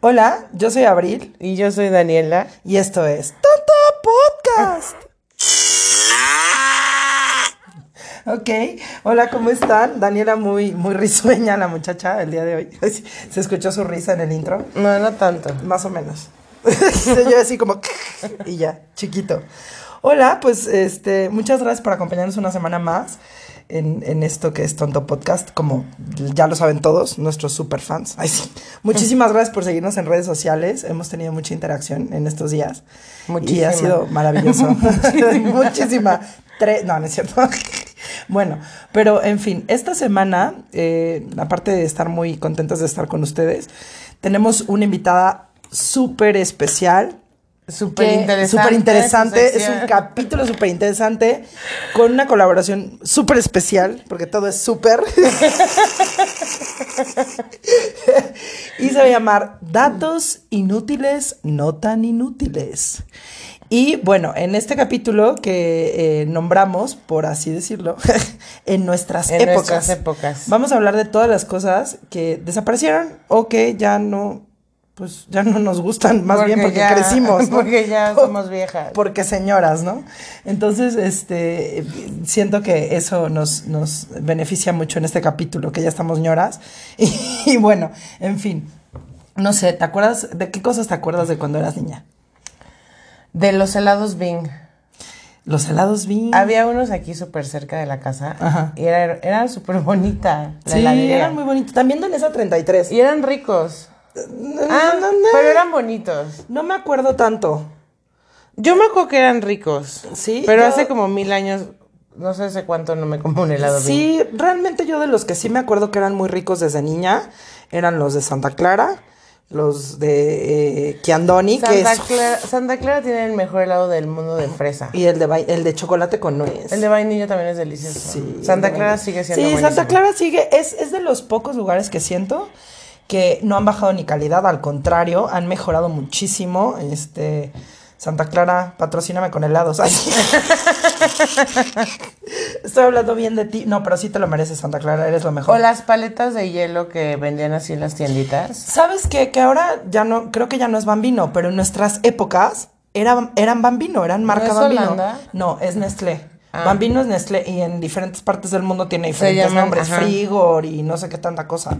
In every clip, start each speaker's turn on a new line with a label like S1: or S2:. S1: Hola, yo soy Abril
S2: Y yo soy Daniela.
S1: y esto es Tonto Podcast. Ok, hola, ¿cómo están? Daniela muy, muy risueña la muchacha el día de hoy. Se escuchó su risa en el intro,
S2: No, no tanto.
S1: más o menos. Se oyó así como y ya, chiquito. Hola, pues este, muchas gracias por acompañarnos una semana más en, en esto que es Tonto Podcast, como ya lo saben todos, nuestros super fans. Ay, sí. Muchísimas gracias por seguirnos en redes sociales. Hemos tenido mucha interacción en estos días. Y
S2: Muchísima.
S1: ha sido maravilloso. Muchísima. Tres, no, no es cierto. bueno, pero en fin, esta semana, eh, aparte de estar muy contentas de estar con ustedes, tenemos una invitada súper especial.
S2: Súper interesante.
S1: Súper interesante.
S2: su
S1: Es un
S2: sección.
S1: capítulo súper interesante con una colaboración súper especial, porque todo es súper. y se va a llamar Datos inútiles, no tan inútiles. Y bueno, en este capítulo que eh, nombramos, por así decirlo, en nuestras
S2: En
S1: épocas.
S2: nuestras épocas.
S1: Vamos a hablar de todas las cosas que desaparecieron o que ya no, pues ya no nos gustan, más bien porque
S2: ya-
S1: crecimos. ¿no?
S2: Porque ya
S1: Por-
S2: somos viejas.
S1: Porque señoras, ¿no? Entonces, este, siento que eso nos, nos beneficia mucho en este capítulo, que ya estamos señoras. Y, y bueno, en fin. No sé, ¿te acuerdas? ¿De qué cosas te acuerdas de cuando eras niña?
S2: De los helados Bing.
S1: Los helados Bing.
S2: Había unos aquí súper cerca de la casa.
S1: Ajá.
S2: Y era, era súper bonita la
S1: Sí,
S2: heladería.
S1: eran muy bonitos. También en esa 33.
S2: Y eran ricos. Ah, pero eran bonitos.
S1: No me acuerdo tanto.
S2: Yo me acuerdo que eran ricos.
S1: Sí,
S2: Pero
S1: yo-
S2: hace como mil años, no sé hace cuánto no me como un helado Bing.
S1: Sí, realmente yo de los que sí me acuerdo que eran muy ricos desde niña, eran los de Santa Clara, los de eh, Chiandoni, que
S2: Santa
S1: es...
S2: Clara, Santa Clara tiene el mejor helado del mundo de fresa.
S1: Y el de, vai- el de chocolate con nuez.
S2: El de vainilla también es delicioso.
S1: Sí,
S2: Santa
S1: el de
S2: Clara
S1: vainilla.
S2: sigue
S1: Sí,
S2: siendo
S1: Santa
S2: buenísimo.
S1: Clara sigue, es, es de los pocos lugares que siento que no han bajado ni calidad, al contrario, han mejorado muchísimo, este... Santa Clara, patrocíname con helados. Ay. Estoy hablando bien de ti. No, pero sí te lo mereces, Santa Clara. Eres lo mejor.
S2: O las paletas de hielo que vendían así en las tienditas.
S1: ¿Sabes qué? Que ahora ya no, creo que ya no es bambino, pero en nuestras épocas era, eran bambino, eran marca
S2: es
S1: bambino.
S2: Holanda?
S1: No, es Nestlé.
S2: Ah.
S1: Bambino es Nestlé y en diferentes partes del mundo tiene diferentes
S2: llaman,
S1: nombres,
S2: ajá.
S1: Frigor y no sé qué tanta cosa.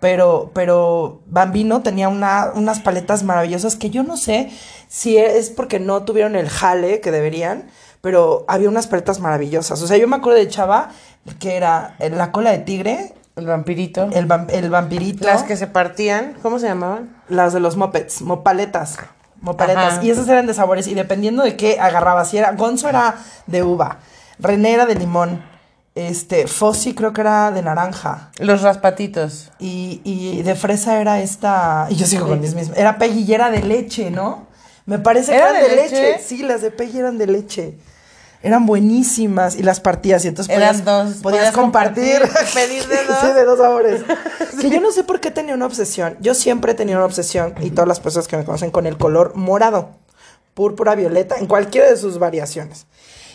S1: Pero, pero Bambino tenía una, unas paletas maravillosas que yo no sé si es porque no tuvieron el jale que deberían, pero había unas paletas maravillosas. O sea, yo me acuerdo de Chava que era eh, la cola de tigre,
S2: El vampirito.
S1: el, vam- el vampirito.
S2: Las que se partían. ¿Cómo se llamaban?
S1: Las de los mopeds, mopaletas. Mopaletas.
S2: Ajá.
S1: Y esas eran de sabores. Y dependiendo de qué agarrabas. Si era, Gonzo era de uva. René era de limón. Este, Fossi creo que era de naranja.
S2: Los raspatitos.
S1: Y, y de fresa era esta. Y yo sigo con mis mismas. Era peguillera de leche, ¿no? Me parece que
S2: ¿Era
S1: eran de,
S2: de
S1: leche?
S2: leche?
S1: Sí, las de Peggy eran de leche. Eran buenísimas. Y las partías. Y entonces
S2: Eran
S1: podías,
S2: dos.
S1: podías, compartir.
S2: Pedir de dos.
S1: Sí, de dos sabores. Que yo no sé por qué tenía una obsesión. Yo siempre he tenido una obsesión, y todas las personas que me conocen, con el color morado, púrpura, violeta, en cualquiera de sus variaciones.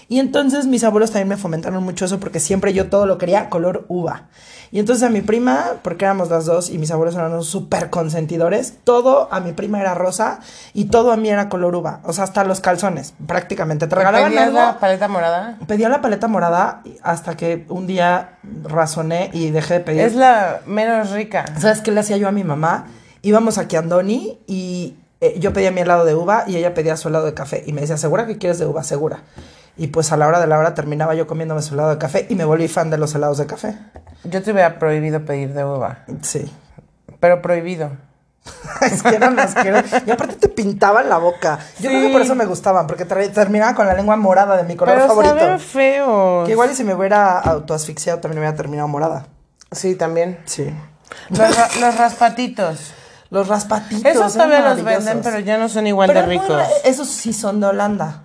S1: Y entonces mis abuelos también me fomentaron mucho eso porque siempre yo todo lo quería color uva. Y entonces a mi prima, porque éramos las dos y mis abuelos eran unos súper consentidores, todo a mi prima era rosa y todo a mí era color uva. O sea, hasta los calzones, prácticamente. Te
S2: ¿Te
S1: regalaban
S2: pedías
S1: algo.
S2: la paleta morada?
S1: Pedía la paleta morada hasta que un día razoné y dejé de pedir.
S2: Es la menos rica.
S1: ¿Sabes qué le hacía yo a mi mamá? Íbamos aquí a Andoni y eh, yo pedía mi helado de uva y ella pedía su helado de café. Y me decía, ¿segura que quieres de uva? Segura. Y pues a la hora de la hora terminaba yo comiéndome su helado de café y me volví fan de los helados de café.
S2: Yo te hubiera prohibido pedir de uva.
S1: Sí.
S2: Pero prohibido.
S1: es que eran asquerosos. Y aparte te pintaban la boca. Yo creo que
S2: Sí.
S1: por eso me gustaban, porque tra- terminaba con la lengua morada de mi color
S2: Pero
S1: favorito.
S2: saben feos.
S1: Que igual y si me hubiera autoasfixiado también hubiera terminado morada.
S2: Sí, también.
S1: Sí.
S2: Los, ra- los raspatitos.
S1: Los raspatitos.
S2: Esos
S1: eran
S2: todavía los
S1: maravillosos.
S2: venden, pero ya no son igual
S1: Pero
S2: de
S1: muy
S2: ricos.
S1: ra- Esos sí son de Holanda.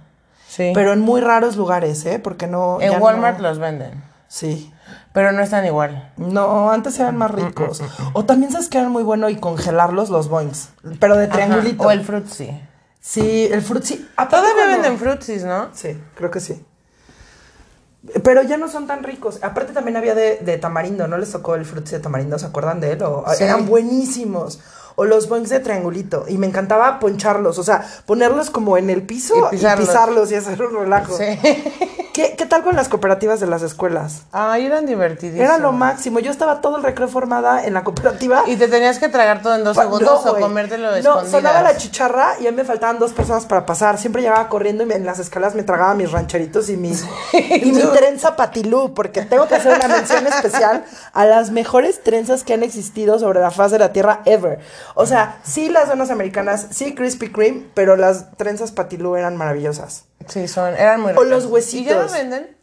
S2: Sí.
S1: Pero en muy raros lugares, ¿eh? Porque no. ya
S2: en
S1: no-
S2: Walmart los venden.
S1: Sí.
S2: Pero no están igual.
S1: No, antes eran más
S2: Mm,
S1: ricos. O también sabes que eran muy bueno y congelarlos los boings. Pero de triangulito.
S2: Ajá. O el Fruitsy.
S1: Ah, Sí, el fruit sí. Aparte
S2: Todavía
S1: cuando-
S2: venden Fruitsys, ¿no?
S1: Sí, creo que sí. Pero ya no son tan ricos. Aparte también había de, de tamarindo, ¿no les tocó el frutti de tamarindo? ¿Se acuerdan de él? O-
S2: Sí.
S1: Eran buenísimos. o los boings de triangulito. Y me encantaba poncharlos, o sea, ponerlos como en el piso y pisarlos y, pisarlos y hacer un relajo. Sí. ¿Qué, ¿Qué, tal con las cooperativas de las escuelas?
S2: Ay, eran divertidísimas.
S1: Era lo máximo. Yo estaba todo el recreo formada en la cooperativa.
S2: ¿Y te tenías que tragar todo en dos segundos no, o comértelo de
S1: No, sonaba la chicharra y a mí me faltaban dos personas para pasar. Siempre llegaba corriendo y en las escalas me tragaba mis rancheritos y mis y mi trenza patilú, porque tengo que hacer una mención especial a las mejores trenzas que han existido sobre la faz de la tierra ever. O sea, sí las donas americanas, sí Krispy Kreme, pero las trenzas patilú eran maravillosas.
S2: Sí, son, eran muy
S1: ricas. O los huesitos.
S2: ¿Y ya no venden?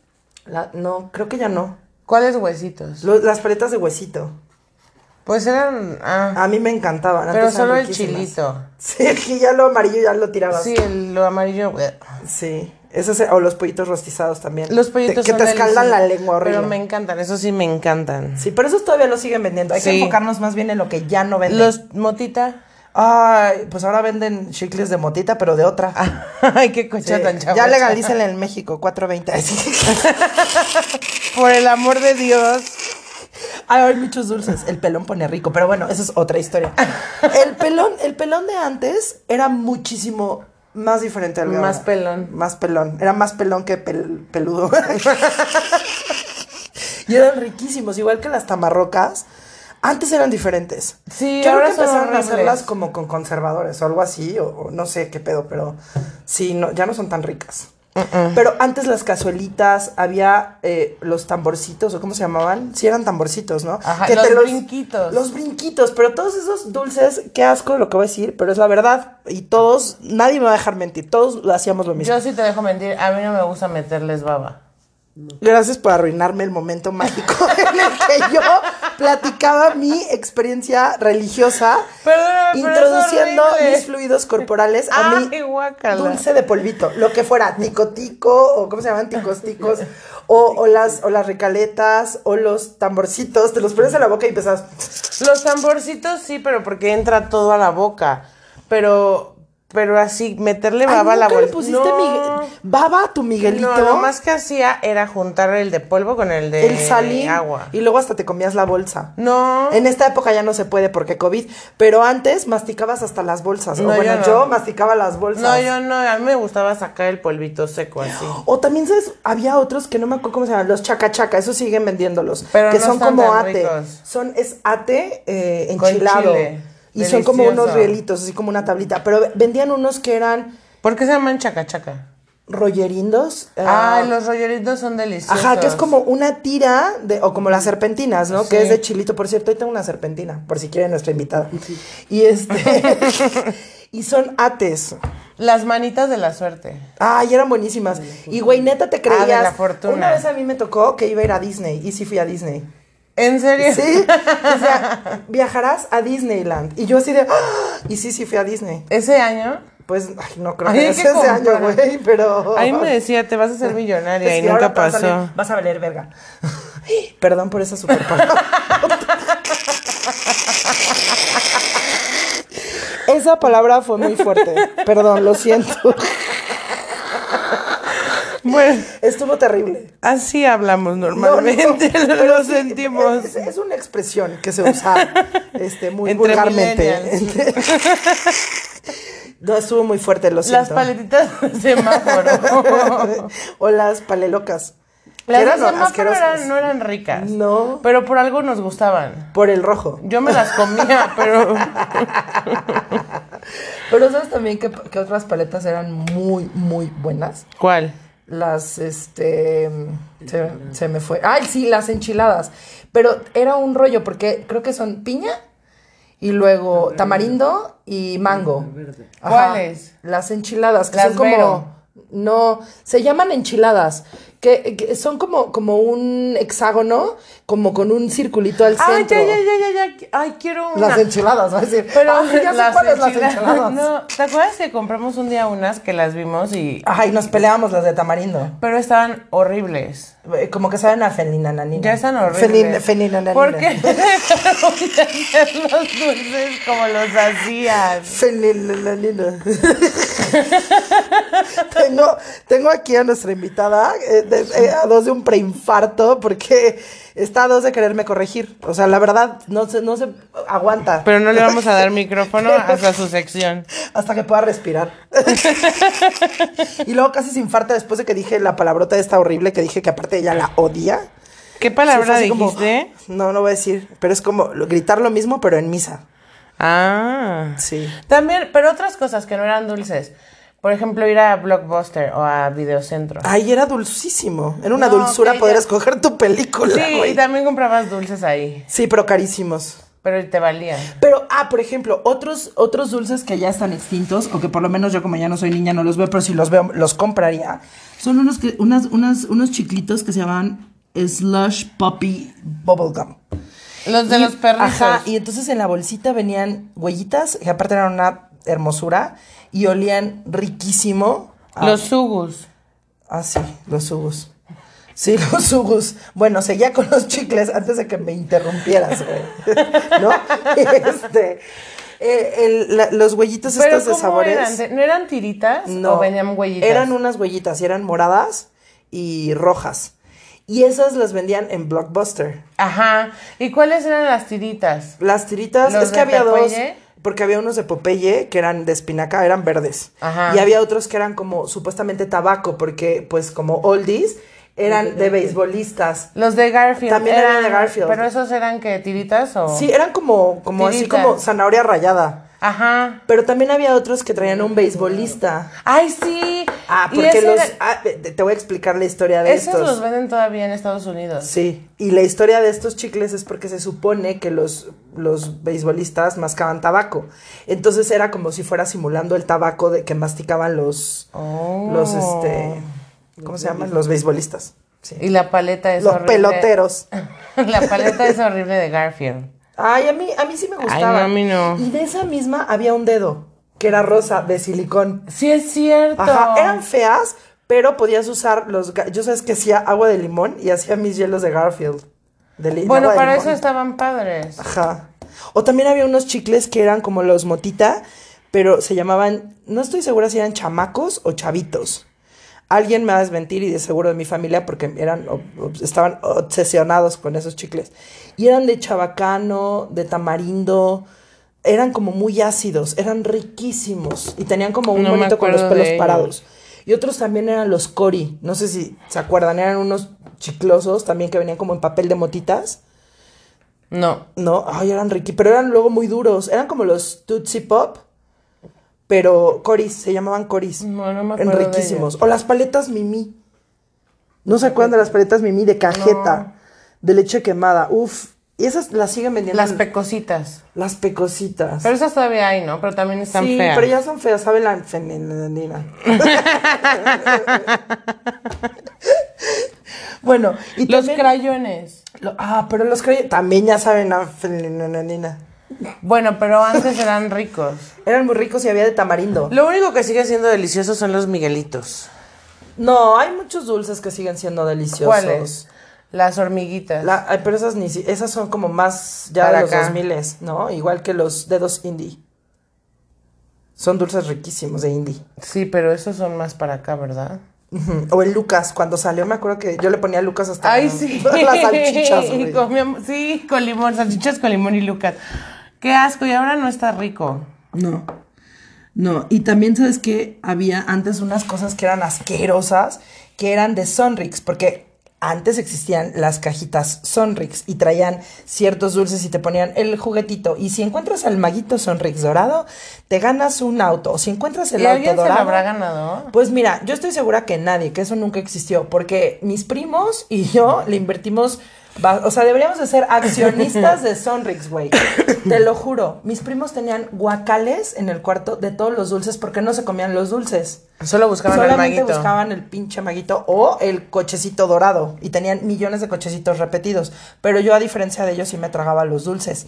S1: La, no, creo que ya no.
S2: ¿Cuáles huesitos?
S1: Lo, las paletas de huesito.
S2: Pues eran. Ah,
S1: a mí me encantaban.
S2: Pero solo el chilito.
S1: Sí, que ya lo amarillo ya lo tirabas.
S2: Sí, el, lo amarillo.
S1: Sí. Eso es, o los pollitos rostizados también.
S2: Los pollitos
S1: te, Que te escaldan la lengua
S2: horrible. Pero me encantan, eso sí me encantan.
S1: Sí, pero esos todavía los siguen vendiendo. Hay sí. que enfocarnos más bien en lo que ya no venden.
S2: Los motita.
S1: Ay, pues ahora venden chicles de motita, pero de otra.
S2: Ah, Ay, qué cocha sí. tan chavocha.
S1: Ya legalícen en México, 4.20.
S2: Por el amor de Dios.
S1: Ay, hay muchos dulces. El pelón pone rico, pero bueno, esa es otra historia. El pelón, el pelón de antes era muchísimo más diferente al
S2: Más pelón.
S1: Más pelón. Era más pelón que pel, peludo. y eran riquísimos, igual que las tamarrocas. Antes eran diferentes.
S2: Sí,
S1: Yo
S2: ahora
S1: creo que empezaron a hacerlas como con conservadores o algo así, o, o, no sé qué pedo, pero sí, no, ya no son tan ricas. Uh -uh. Pero antes las cazuelitas, había eh, los tamborcitos, o cómo se llamaban, sí eran tamborcitos, ¿no?
S2: Ajá, que los, te los brinquitos.
S1: Los brinquitos, pero todos esos dulces, qué asco lo que voy a decir, pero es la verdad. Y todos, nadie me va a dejar mentir, todos hacíamos lo mismo.
S2: Yo sí te dejo mentir, a mí no me gusta meterles baba.
S1: Gracias por arruinarme el momento mágico en el que yo platicaba mi experiencia religiosa,
S2: Perdóname,
S1: introduciendo mis fluidos corporales a
S2: ah,
S1: mi dulce de polvito, lo que fuera, ticotico, o cómo se llaman, ticos ticos, o, o, las, o las recaletas, o los tamborcitos, te los pones en la boca y empezás.
S2: Los tamborcitos sí, pero porque entra todo a la boca, pero pero así meterle baba
S1: Ay,
S2: ¿nunca a la bolsa.
S1: le pusiste no. baba a tu Miguelito?
S2: No, lo más que hacía era juntar el de polvo con el de
S1: el salín,
S2: agua.
S1: Y luego hasta te comías la bolsa.
S2: No.
S1: En esta época ya no se puede porque COVID, pero antes masticabas hasta las bolsas. No, o bueno, yo, no. yo, masticaba las bolsas.
S2: No, yo no, a mí me gustaba sacar el polvito seco así.
S1: O también ¿sabes? había otros que no me acuerdo cómo se llaman, los chacachaca, esos siguen vendiéndolos, pero que son como ate. Ricos. Son es ate eh, enchilado. Y Delicioso. son como unos rielitos, así como una tablita. Pero vendían unos que eran.
S2: ¿Por qué se llaman chacachaca?
S1: Rollerindos. eh,
S2: Ah, uh, los rollerindos son deliciosos.
S1: Ajá, que es como una tira, de, o como las serpentinas, ¿no? Sí. Que es de chilito. Por cierto, ahí tengo una serpentina, por si quiere nuestra invitada. Sí. Y este. y son ates.
S2: Las manitas de la suerte.
S1: Ay, eran buenísimas. Y güey, neta te creías. Ah, de
S2: la fortuna.
S1: Una vez a mí me tocó que iba a ir a Disney. Y sí fui a Disney.
S2: ¿En serio?
S1: Sí. O sea, viajarás a Disneyland. Y yo así de. ¡Ah! Y sí, sí fui a Disney.
S2: ¿Ese año?
S1: Pues ay, no creo que, ese año, güey, pero.
S2: Ahí me decía, te vas a hacer millonaria es y nunca pasó.
S1: Vas a, valer, vas a valer verga. Perdón por esa super Esa palabra fue muy fuerte. Perdón, lo siento.
S2: Bueno,
S1: estuvo terrible.
S2: Así hablamos normalmente, no, no, lo sí, sentimos.
S1: Es, es, una expresión que se usa este, muy Entre vulgarmente. Entre... no, estuvo muy fuerte, lo siento.
S2: Las paletitas de semáforo.
S1: o las palelocas.
S2: Las eran de semáforo eran, no eran ricas.
S1: No.
S2: Pero por algo nos gustaban.
S1: Por el rojo.
S2: Yo me las comía, pero...
S1: pero sabes también que, que otras paletas eran muy, muy buenas.
S2: ¿Cuál?
S1: las este se, se, me fue. Ay, sí, las enchiladas. Pero era un rollo porque creo que son piña y luego tamarindo y mango.
S2: ¿Cuáles?
S1: Las enchiladas, que las son vero. como no, se llaman enchiladas, que, que, son como, como un hexágono, como con un circulito al
S2: ay,
S1: centro.
S2: Ay, Ah, ya, ya, ya, ya, ay, quiero una.
S1: Las enchiladas, va a decir.
S2: Pero
S1: ay, ya
S2: las,
S1: sé cuáles enchiladas. las enchiladas.
S2: No, ¿te acuerdas que compramos un día unas que las vimos y...
S1: Ay, nos peleamos las de tamarindo.
S2: Pero estaban horribles.
S1: Eh, Como que saben a felinananina.
S2: Ya están horribles.
S1: felinananina.
S2: ¿Por qué dejaron de hacer los dulces como los hacían?
S1: Felinananina. tengo, tengo aquí a nuestra invitada eh, de- eh, a dos de un preinfarto porque está a dos de quererme corregir. O sea, la verdad, no se, no se aguanta
S2: Pero no le vamos a dar micrófono hasta su sección.
S1: hasta que pueda respirar. y luego casi se infarta después de que dije la palabrota esta horrible que dije que aparte ella la odia.
S2: ¿Qué
S1: Sí, fue
S2: palabra
S1: así como, "Ah,
S2: dijiste?
S1: no, no voy a decir, pero es como lo- gritar lo mismo pero en misa.
S2: Ah.
S1: Sí.
S2: También, pero otras cosas que no eran dulces. Por ejemplo, ir a Blockbuster o a Videocentro.
S1: Ay, era dulcísimo. Era una
S2: No,
S1: dulzura
S2: que
S1: poder
S2: ella-
S1: escoger tu película,
S2: Sí,
S1: güey.
S2: y también comprabas dulces ahí,
S1: Sí, pero carísimos.
S2: pero te valían.
S1: Pero, ah, por ejemplo, otros, otros dulces que ya están extintos, o que por lo menos yo como ya no soy niña no los veo, pero si los veo, los compraría. Son unos, que, unas, unas, unos chiclitos que se llaman Slush Puppy Bubblegum.
S2: Los de
S1: Y-
S2: los perritos.
S1: Ajá, y entonces en la bolsita venían huellitas, que aparte eran una hermosura, y olían riquísimo. a-
S2: Los sugus.
S1: Ah, sí, los jugos. Sí, los jugos. Bueno, seguía con los chicles antes de que me interrumpieras, güey. ¿No? Este. eh, el- la- los huellitos
S2: Pero
S1: estos de
S2: ¿cómo
S1: sabores.
S2: eran? ¿De- ¿No eran tiritas o venían huellitas?
S1: Eran unas huellitas y eran moradas y rojas. Y esas las vendían en Blockbuster.
S2: Ajá. ¿Y cuáles eran las tiritas?
S1: Las tiritas,
S2: ¿Los
S1: es que
S2: de
S1: había
S2: Popeye?
S1: dos. Porque había unos de Popeye que eran de espinaca, eran verdes.
S2: Ajá.
S1: Y había otros que eran como supuestamente tabaco, porque pues como oldies eran de beisbolistas.
S2: Los de Garfield.
S1: También eran de Garfield.
S2: Pero esos eran que tiritas o.
S1: Sí, eran como, como así
S2: Tiritas.
S1: como zanahoria rayada.
S2: Ajá.
S1: Pero también había otros que traían un beisbolista.
S2: Ay, sí.
S1: Ah,
S2: Y
S1: porque
S2: ese
S1: los.
S2: era-
S1: ah, te te voy a explicar la historia de
S2: Esos
S1: estos.
S2: los venden todavía en Estados Unidos.
S1: Sí, y la historia de estos chicles es porque se supone que los, los beisbolistas mascaban tabaco. Entonces era como si fuera simulando el tabaco de que masticaban los,
S2: Oh.
S1: los este, ¿cómo se llaman? Los beisbolistas. Sí.
S2: Y la paleta es
S1: Los
S2: horrible.
S1: peloteros.
S2: la paleta es horrible de Garfield.
S1: Ay, a mí, a mí sí me gustaba.
S2: no, a mí no.
S1: Y de esa misma había un dedo, que era rosa, de silicón.
S2: Sí, es cierto.
S1: Ajá, eran feas, pero podías usar los... ga- Yo sabes que hacía agua de limón y hacía mis hielos de Garfield. de li- de
S2: Bueno,
S1: agua de
S2: para
S1: limón.
S2: eso estaban padres.
S1: Ajá. O también había unos chicles que eran como los motita, pero se llamaban, no estoy segura si eran chamacos o chavitos. Alguien me va a desmentir y de seguro de mi familia porque eran ob- ob- estaban obsesionados con esos chicles. Y eran de chabacano, de tamarindo, eran como muy ácidos, eran riquísimos y tenían como un
S2: No me
S1: monito con los
S2: acuerdo
S1: pelos
S2: de ellos.
S1: parados. Y otros también eran los cori, no sé si se acuerdan, eran unos chiclosos también que venían como en papel de motitas.
S2: No.
S1: No, ay, eran Ricky, pero eran luego muy duros. Eran como los Tootsie Pop, pero Coris, se llamaban Coris.
S2: No, no me
S1: Eran
S2: acuerdo. de
S1: riquísimos. O las paletas Mimi. ¿No se acuerdan de las paletas Mimi de cajeta? De leche quemada. Uf. Y esas las siguen
S2: ellos.
S1: vendiendo.
S2: Las pecositas.
S1: las pecositas.
S2: Pero esas todavía hay, ¿no? Pero también están
S1: sí,
S2: feas.
S1: pero ya son feas, sabe la fenenina. bueno, y
S2: Los
S1: también-
S2: crayones.
S1: lo- ah, pero los cray- también ya saben la fenenina.
S2: Bueno, pero antes eran ricos.
S1: Eran muy ricos y había de tamarindo.
S2: Lo único que sigue siendo delicioso son los miguelitos.
S1: No, hay muchos dulces que siguen siendo deliciosos.
S2: ¿Cuáles? Las hormiguitas.
S1: La- ay, pero esas ni si- esas son como más ya
S2: Para
S1: de los
S2: acá.
S1: 2000, ¿no? Igual que los dedos indie. Son dulces riquísimos de indie.
S2: Sí, pero esos son más para acá, ¿verdad?
S1: Ujú. O el Lucas, cuando salió me acuerdo que yo le ponía a Lucas hasta
S2: Ay,
S1: la-
S2: sí.
S1: las salchichas.
S2: Y
S1: güey.
S2: comíamos- sí, con limón, salchichas con limón y Lucas. Qué asco, y ahora no está rico.
S1: No. No, y también sabes que había antes unas cosas que eran asquerosas, que eran de Sonrix, porque antes existían las cajitas Sonrix y traían ciertos dulces y te ponían el juguetito. Y si encuentras al maguito Sonrix dorado, te ganas un auto. O si encuentras el
S2: ¿Y
S1: auto
S2: alguien se lo
S1: dorado.
S2: habrá ganado?
S1: Pues mira, yo estoy segura que nadie, que eso nunca existió, porque mis primos y yo le invertimos, ba- o sea, deberíamos de ser accionistas de Sonrix, güey. Te lo juro, mis primos tenían guacales en el cuarto de todos los dulces porque no se comían los dulces.
S2: Solo buscaban al
S1: Solamente
S2: maguito.
S1: buscaban el pinche maguito o el cochecito dorado y tenían millones de cochecitos repetidos. Pero yo, a diferencia de ellos, sí me tragaba los dulces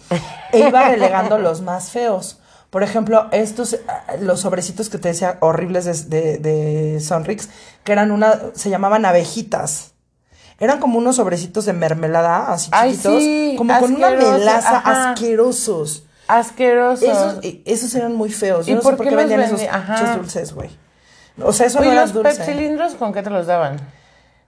S1: e iba relegando los más feos. Por ejemplo, estos, ah, los sobrecitos que te decía horribles de, de, de Sonrix, que eran una, se llamaban abejitas. Eran como unos sobrecitos de mermelada, así
S2: Ay,
S1: chiquitos,
S2: sí,
S1: como con una
S2: asquerosos,
S1: melaza,
S2: ajá.
S1: asquerosos.
S2: Asquerosos.
S1: Esos, eh, esos eran muy feos. Yo
S2: ¿Y
S1: no sé
S2: por
S1: por
S2: qué
S1: qué
S2: los
S1: vendían
S2: vendi-
S1: esos
S2: Ajá.
S1: pinches dulces, güey. O sea, eso
S2: Oye,
S1: no era
S2: los
S1: dulce.
S2: pepsilindros con qué te los daban?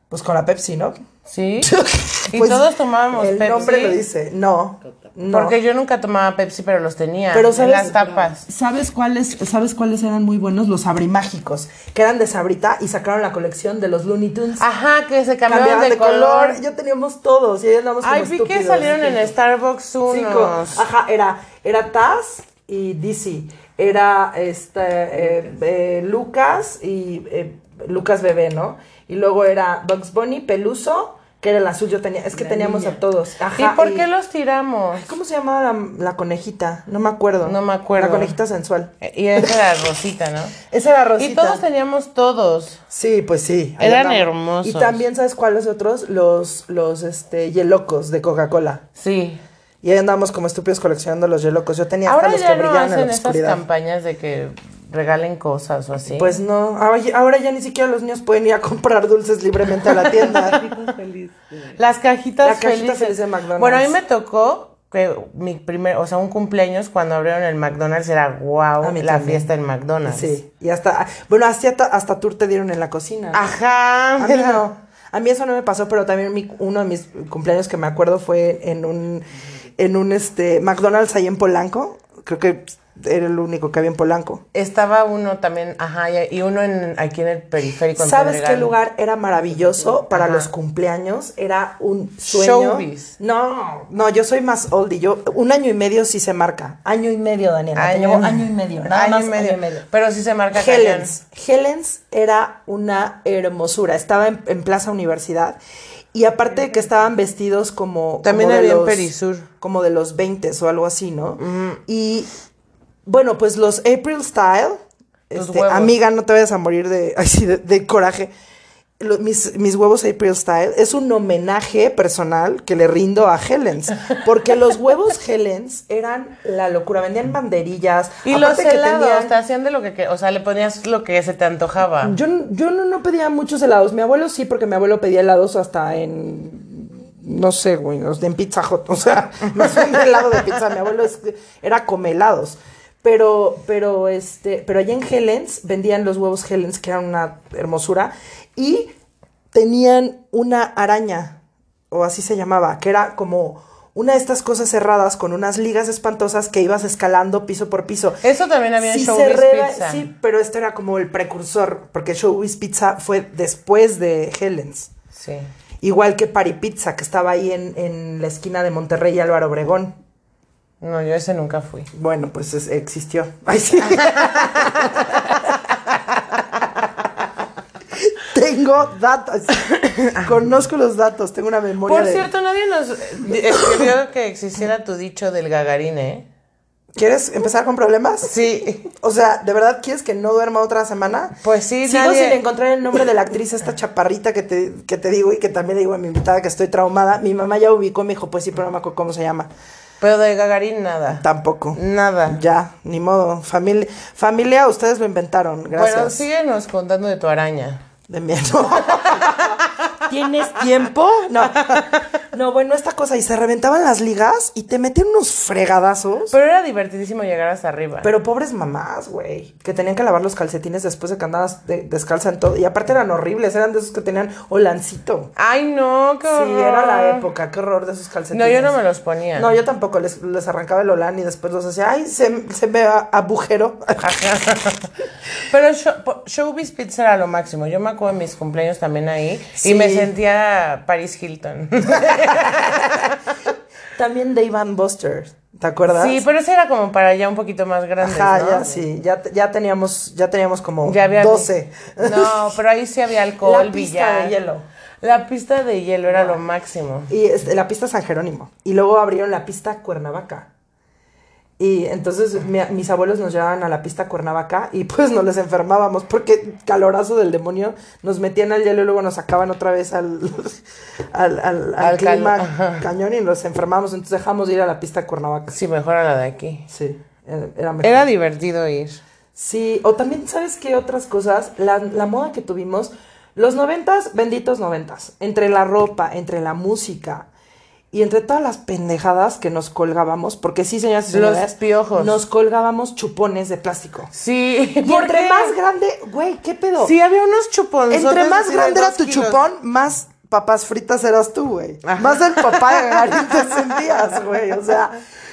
S1: Pues con la Pepsi, ¿no?
S2: ¿Sí? y
S1: Pues,
S2: todos tomábamos
S1: El
S2: Pepsi.
S1: nombre lo dice. No. no.
S2: Porque yo nunca tomaba Pepsi, pero los tenía
S1: Pero
S2: en
S1: sabes,
S2: las tapas.
S1: ¿sabes cuáles, ¿Sabes cuáles eran muy buenos? Los Sabrimágicos, que eran de Sabrita y sacaron la colección de los Looney Tunes.
S2: Ajá, que se cambiaban,
S1: Cambiaban
S2: Ah, de, color.
S1: Yo teníamos todos y ahí andamos
S2: Ay,
S1: como
S2: vi que
S1: estúpidos.
S2: salieron en Starbucks
S1: Cinco.
S2: unos.
S1: Ajá, era, era Taz y DC. Era este eh, eh, Lucas y eh, Lucas Bebé, ¿no? Y luego era Bugs Bunny, Peluso, que era el azul. Yo tenía, es que teníamos a todos. Ajá.
S2: ¿Y por qué los tiramos?
S1: ¿Cómo se llamaba la, la conejita? No me acuerdo.
S2: No me acuerdo.
S1: La conejita sensual.
S2: Y esa era Rosita, ¿no?
S1: Esa era Rosita.
S2: Y todos teníamos todos.
S1: Sí, pues sí. ahí
S2: Eran
S1: andamos.
S2: hermosos.
S1: Y también, ¿sabes cuáles otros? Los, los, este, yelocos de Coca-Cola.
S2: Sí.
S1: Y ahí andamos como estúpidos coleccionando los yelocos. Yo tenía hasta
S2: Ahora
S1: los
S2: ya
S1: que
S2: no
S1: brillaban en la
S2: hacen esas
S1: oscuridad.
S2: campañas de que regalen cosas o así.
S1: Pues no, ahora ya- ahora ya ni siquiera los niños pueden ir a comprar dulces libremente a la tienda.
S2: Las cajitas
S1: La cajita
S2: felices.
S1: feliz de McDonald's.
S2: Bueno, a mí me tocó que mi primer, o sea, un cumpleaños cuando abrieron el McDonald's era wow,
S1: A mí
S2: la
S1: también.
S2: fiesta en McDonald's.
S1: sí, y hasta, bueno, hasta, hasta tour te dieron en la cocina.
S2: Ah, Ajá.
S1: A mí no. A mí eso no me pasó, pero también mi- uno de mis cumpleaños que me acuerdo fue en un, en un este, McDonald's ahí en Polanco. Creo que era el único que había en Polanco.
S2: Estaba uno también, ajá, y y uno en, aquí en el periférico. en
S1: ¿Sabes qué
S2: Pedregal.
S1: lugar era maravilloso para
S2: Ajá.
S1: los cumpleaños? Era un sueño.
S2: Showbiz.
S1: No, no, yo soy más oldie. Yo, un año y medio sí se marca. Año y medio, Daniela. te
S2: Año,
S1: llevo año y medio. Nada
S2: año
S1: más
S2: y medio. Pero sí se marca cañón.
S1: Helens. Helens era una hermosura. Estaba en, en Plaza Universidad. Y aparte de que estaban vestidos como.
S2: También
S1: como de
S2: había en
S1: los-
S2: Perisur.
S1: Como de los 20 o algo así, ¿no? Y bueno, pues los April Style.
S2: Los
S1: este,
S2: huevos.
S1: amiga, no te vayas a morir de, así de, de coraje. Lo- mis, mis huevos April Style es un homenaje personal que le rindo a Helens. Porque los huevos Helens eran la locura. Vendían banderillas.
S2: Y los
S1: aparte que
S2: helados,
S1: tenían-
S2: te hacían de lo que, que- o sea, le ponías lo que se te antojaba.
S1: yo, n- yo no, no pedía muchos helados. Mi abuelo sí, porque mi abuelo pedía helados hasta en. No sé, güey, o sea, en Pizza Hut. O sea, no soy un helado de pizza. Mi abuelo es- era come helados. Pero, pero, este, pero allá en Helens vendían los huevos Helens, que eran una hermosura. Y tenían una araña, o así se llamaba, que era como una de estas cosas cerradas con unas ligas espantosas que ibas escalando piso por piso.
S2: Eso también había en
S1: Sí,
S2: Showbiz
S1: se rela-
S2: Pizza.
S1: sí, pero esto era como el precursor, porque Showbiz Pizza fue después de Helen's.
S2: Sí.
S1: Igual que Pari Pizza, que estaba ahí en, en la esquina de Monterrey y Álvaro Obregón.
S2: No, yo ese nunca fui.
S1: Bueno, pues es- existió. Ay, sí. tengo datos. Conozco los datos, tengo una memoria.
S2: Por
S1: de-
S2: cierto, nadie nos eh, escribió que existiera tu dicho del gagarín, ¿eh?
S1: ¿Quieres empezar con problemas?
S2: Sí.
S1: O sea, ¿de verdad quieres que no duerma otra semana?
S2: Pues sí,
S1: Sigo
S2: nadie-
S1: sin encontrar el nombre de la actriz, esta chaparrita que te, que te digo y que también le digo a mi invitada que estoy traumada. Mi mamá ya ubicó, me dijo, pues sí, pero no me acuerdo cómo se llama.
S2: Pero del gagarín nada.
S1: Tampoco.
S2: Nada.
S1: Ya, ni modo. Familia, familia ustedes lo inventaron. Gracias.
S2: Bueno, síguenos contando de tu araña.
S1: De miedo. ¿Tienes tiempo? No. No, bueno, esta cosa. Y se reventaban las ligas y te metían unos fregadazos.
S2: Pero era divertidísimo llegar hasta arriba.
S1: Pero pobres mamás, güey, que tenían que lavar los calcetines después de que andabas de- descalza en todo. Y aparte eran horribles, eran de esos que tenían holancito.
S2: Ay, no, qué horror.
S1: Sí, era la época, qué horror de esos calcetines.
S2: No, yo no me los ponía.
S1: No, yo tampoco, les, les arrancaba el holán y después los hacía, ay, se, se me a- agujero.
S2: Pero Show- po- Showbiz Pizza era lo máximo. Yo me acuerdo de mis cumpleaños también ahí.
S1: Sí.
S2: Y me sentía Paris Hilton.
S1: También Dave and Buster, ¿te acuerdas?
S2: sí, pero ese era como para ya un poquito más grande.
S1: Ajá, ya sí, ya, te- ya teníamos, ya teníamos como
S2: Ya había
S1: 12.
S2: No, pero ahí sí había alcohol,
S1: La pista de
S2: billar.
S1: hielo.
S2: La pista de hielo era lo máximo.
S1: Y este, la pista San Jerónimo. Y luego abrieron la pista Cuernavaca. Y entonces mi- mis abuelos nos llevaban a la pista Cuernavaca y pues nos les enfermábamos porque calorazo del demonio nos metían al hielo y luego nos sacaban otra vez al, al, al, al
S2: Al cal-
S1: clima
S2: ajá.
S1: cañón y nos enfermamos. Entonces dejamos de ir a la pista Cuernavaca.
S2: Sí, mejor a la de aquí.
S1: Sí, era era mejor.
S2: Era divertido ir.
S1: Sí, o también, ¿sabes qué otras cosas? La, la moda que tuvimos, los noventas, benditos noventas, entre la ropa, entre la música, Y entre todas las pendejadas que nos colgábamos, porque sí, señoras y
S2: Los
S1: señores,
S2: piojos.
S1: nos colgábamos chupones de plástico.
S2: Sí,
S1: Y
S2: ¿por
S1: entre
S2: qué?
S1: más grande, güey, ¿qué pedo?
S2: Sí, había unos chupones.
S1: Entre más grande era tu chupón, más papas fritas eras tú, güey.
S2: Ajá.
S1: Más el papá de Garín te sentías, güey. O sea,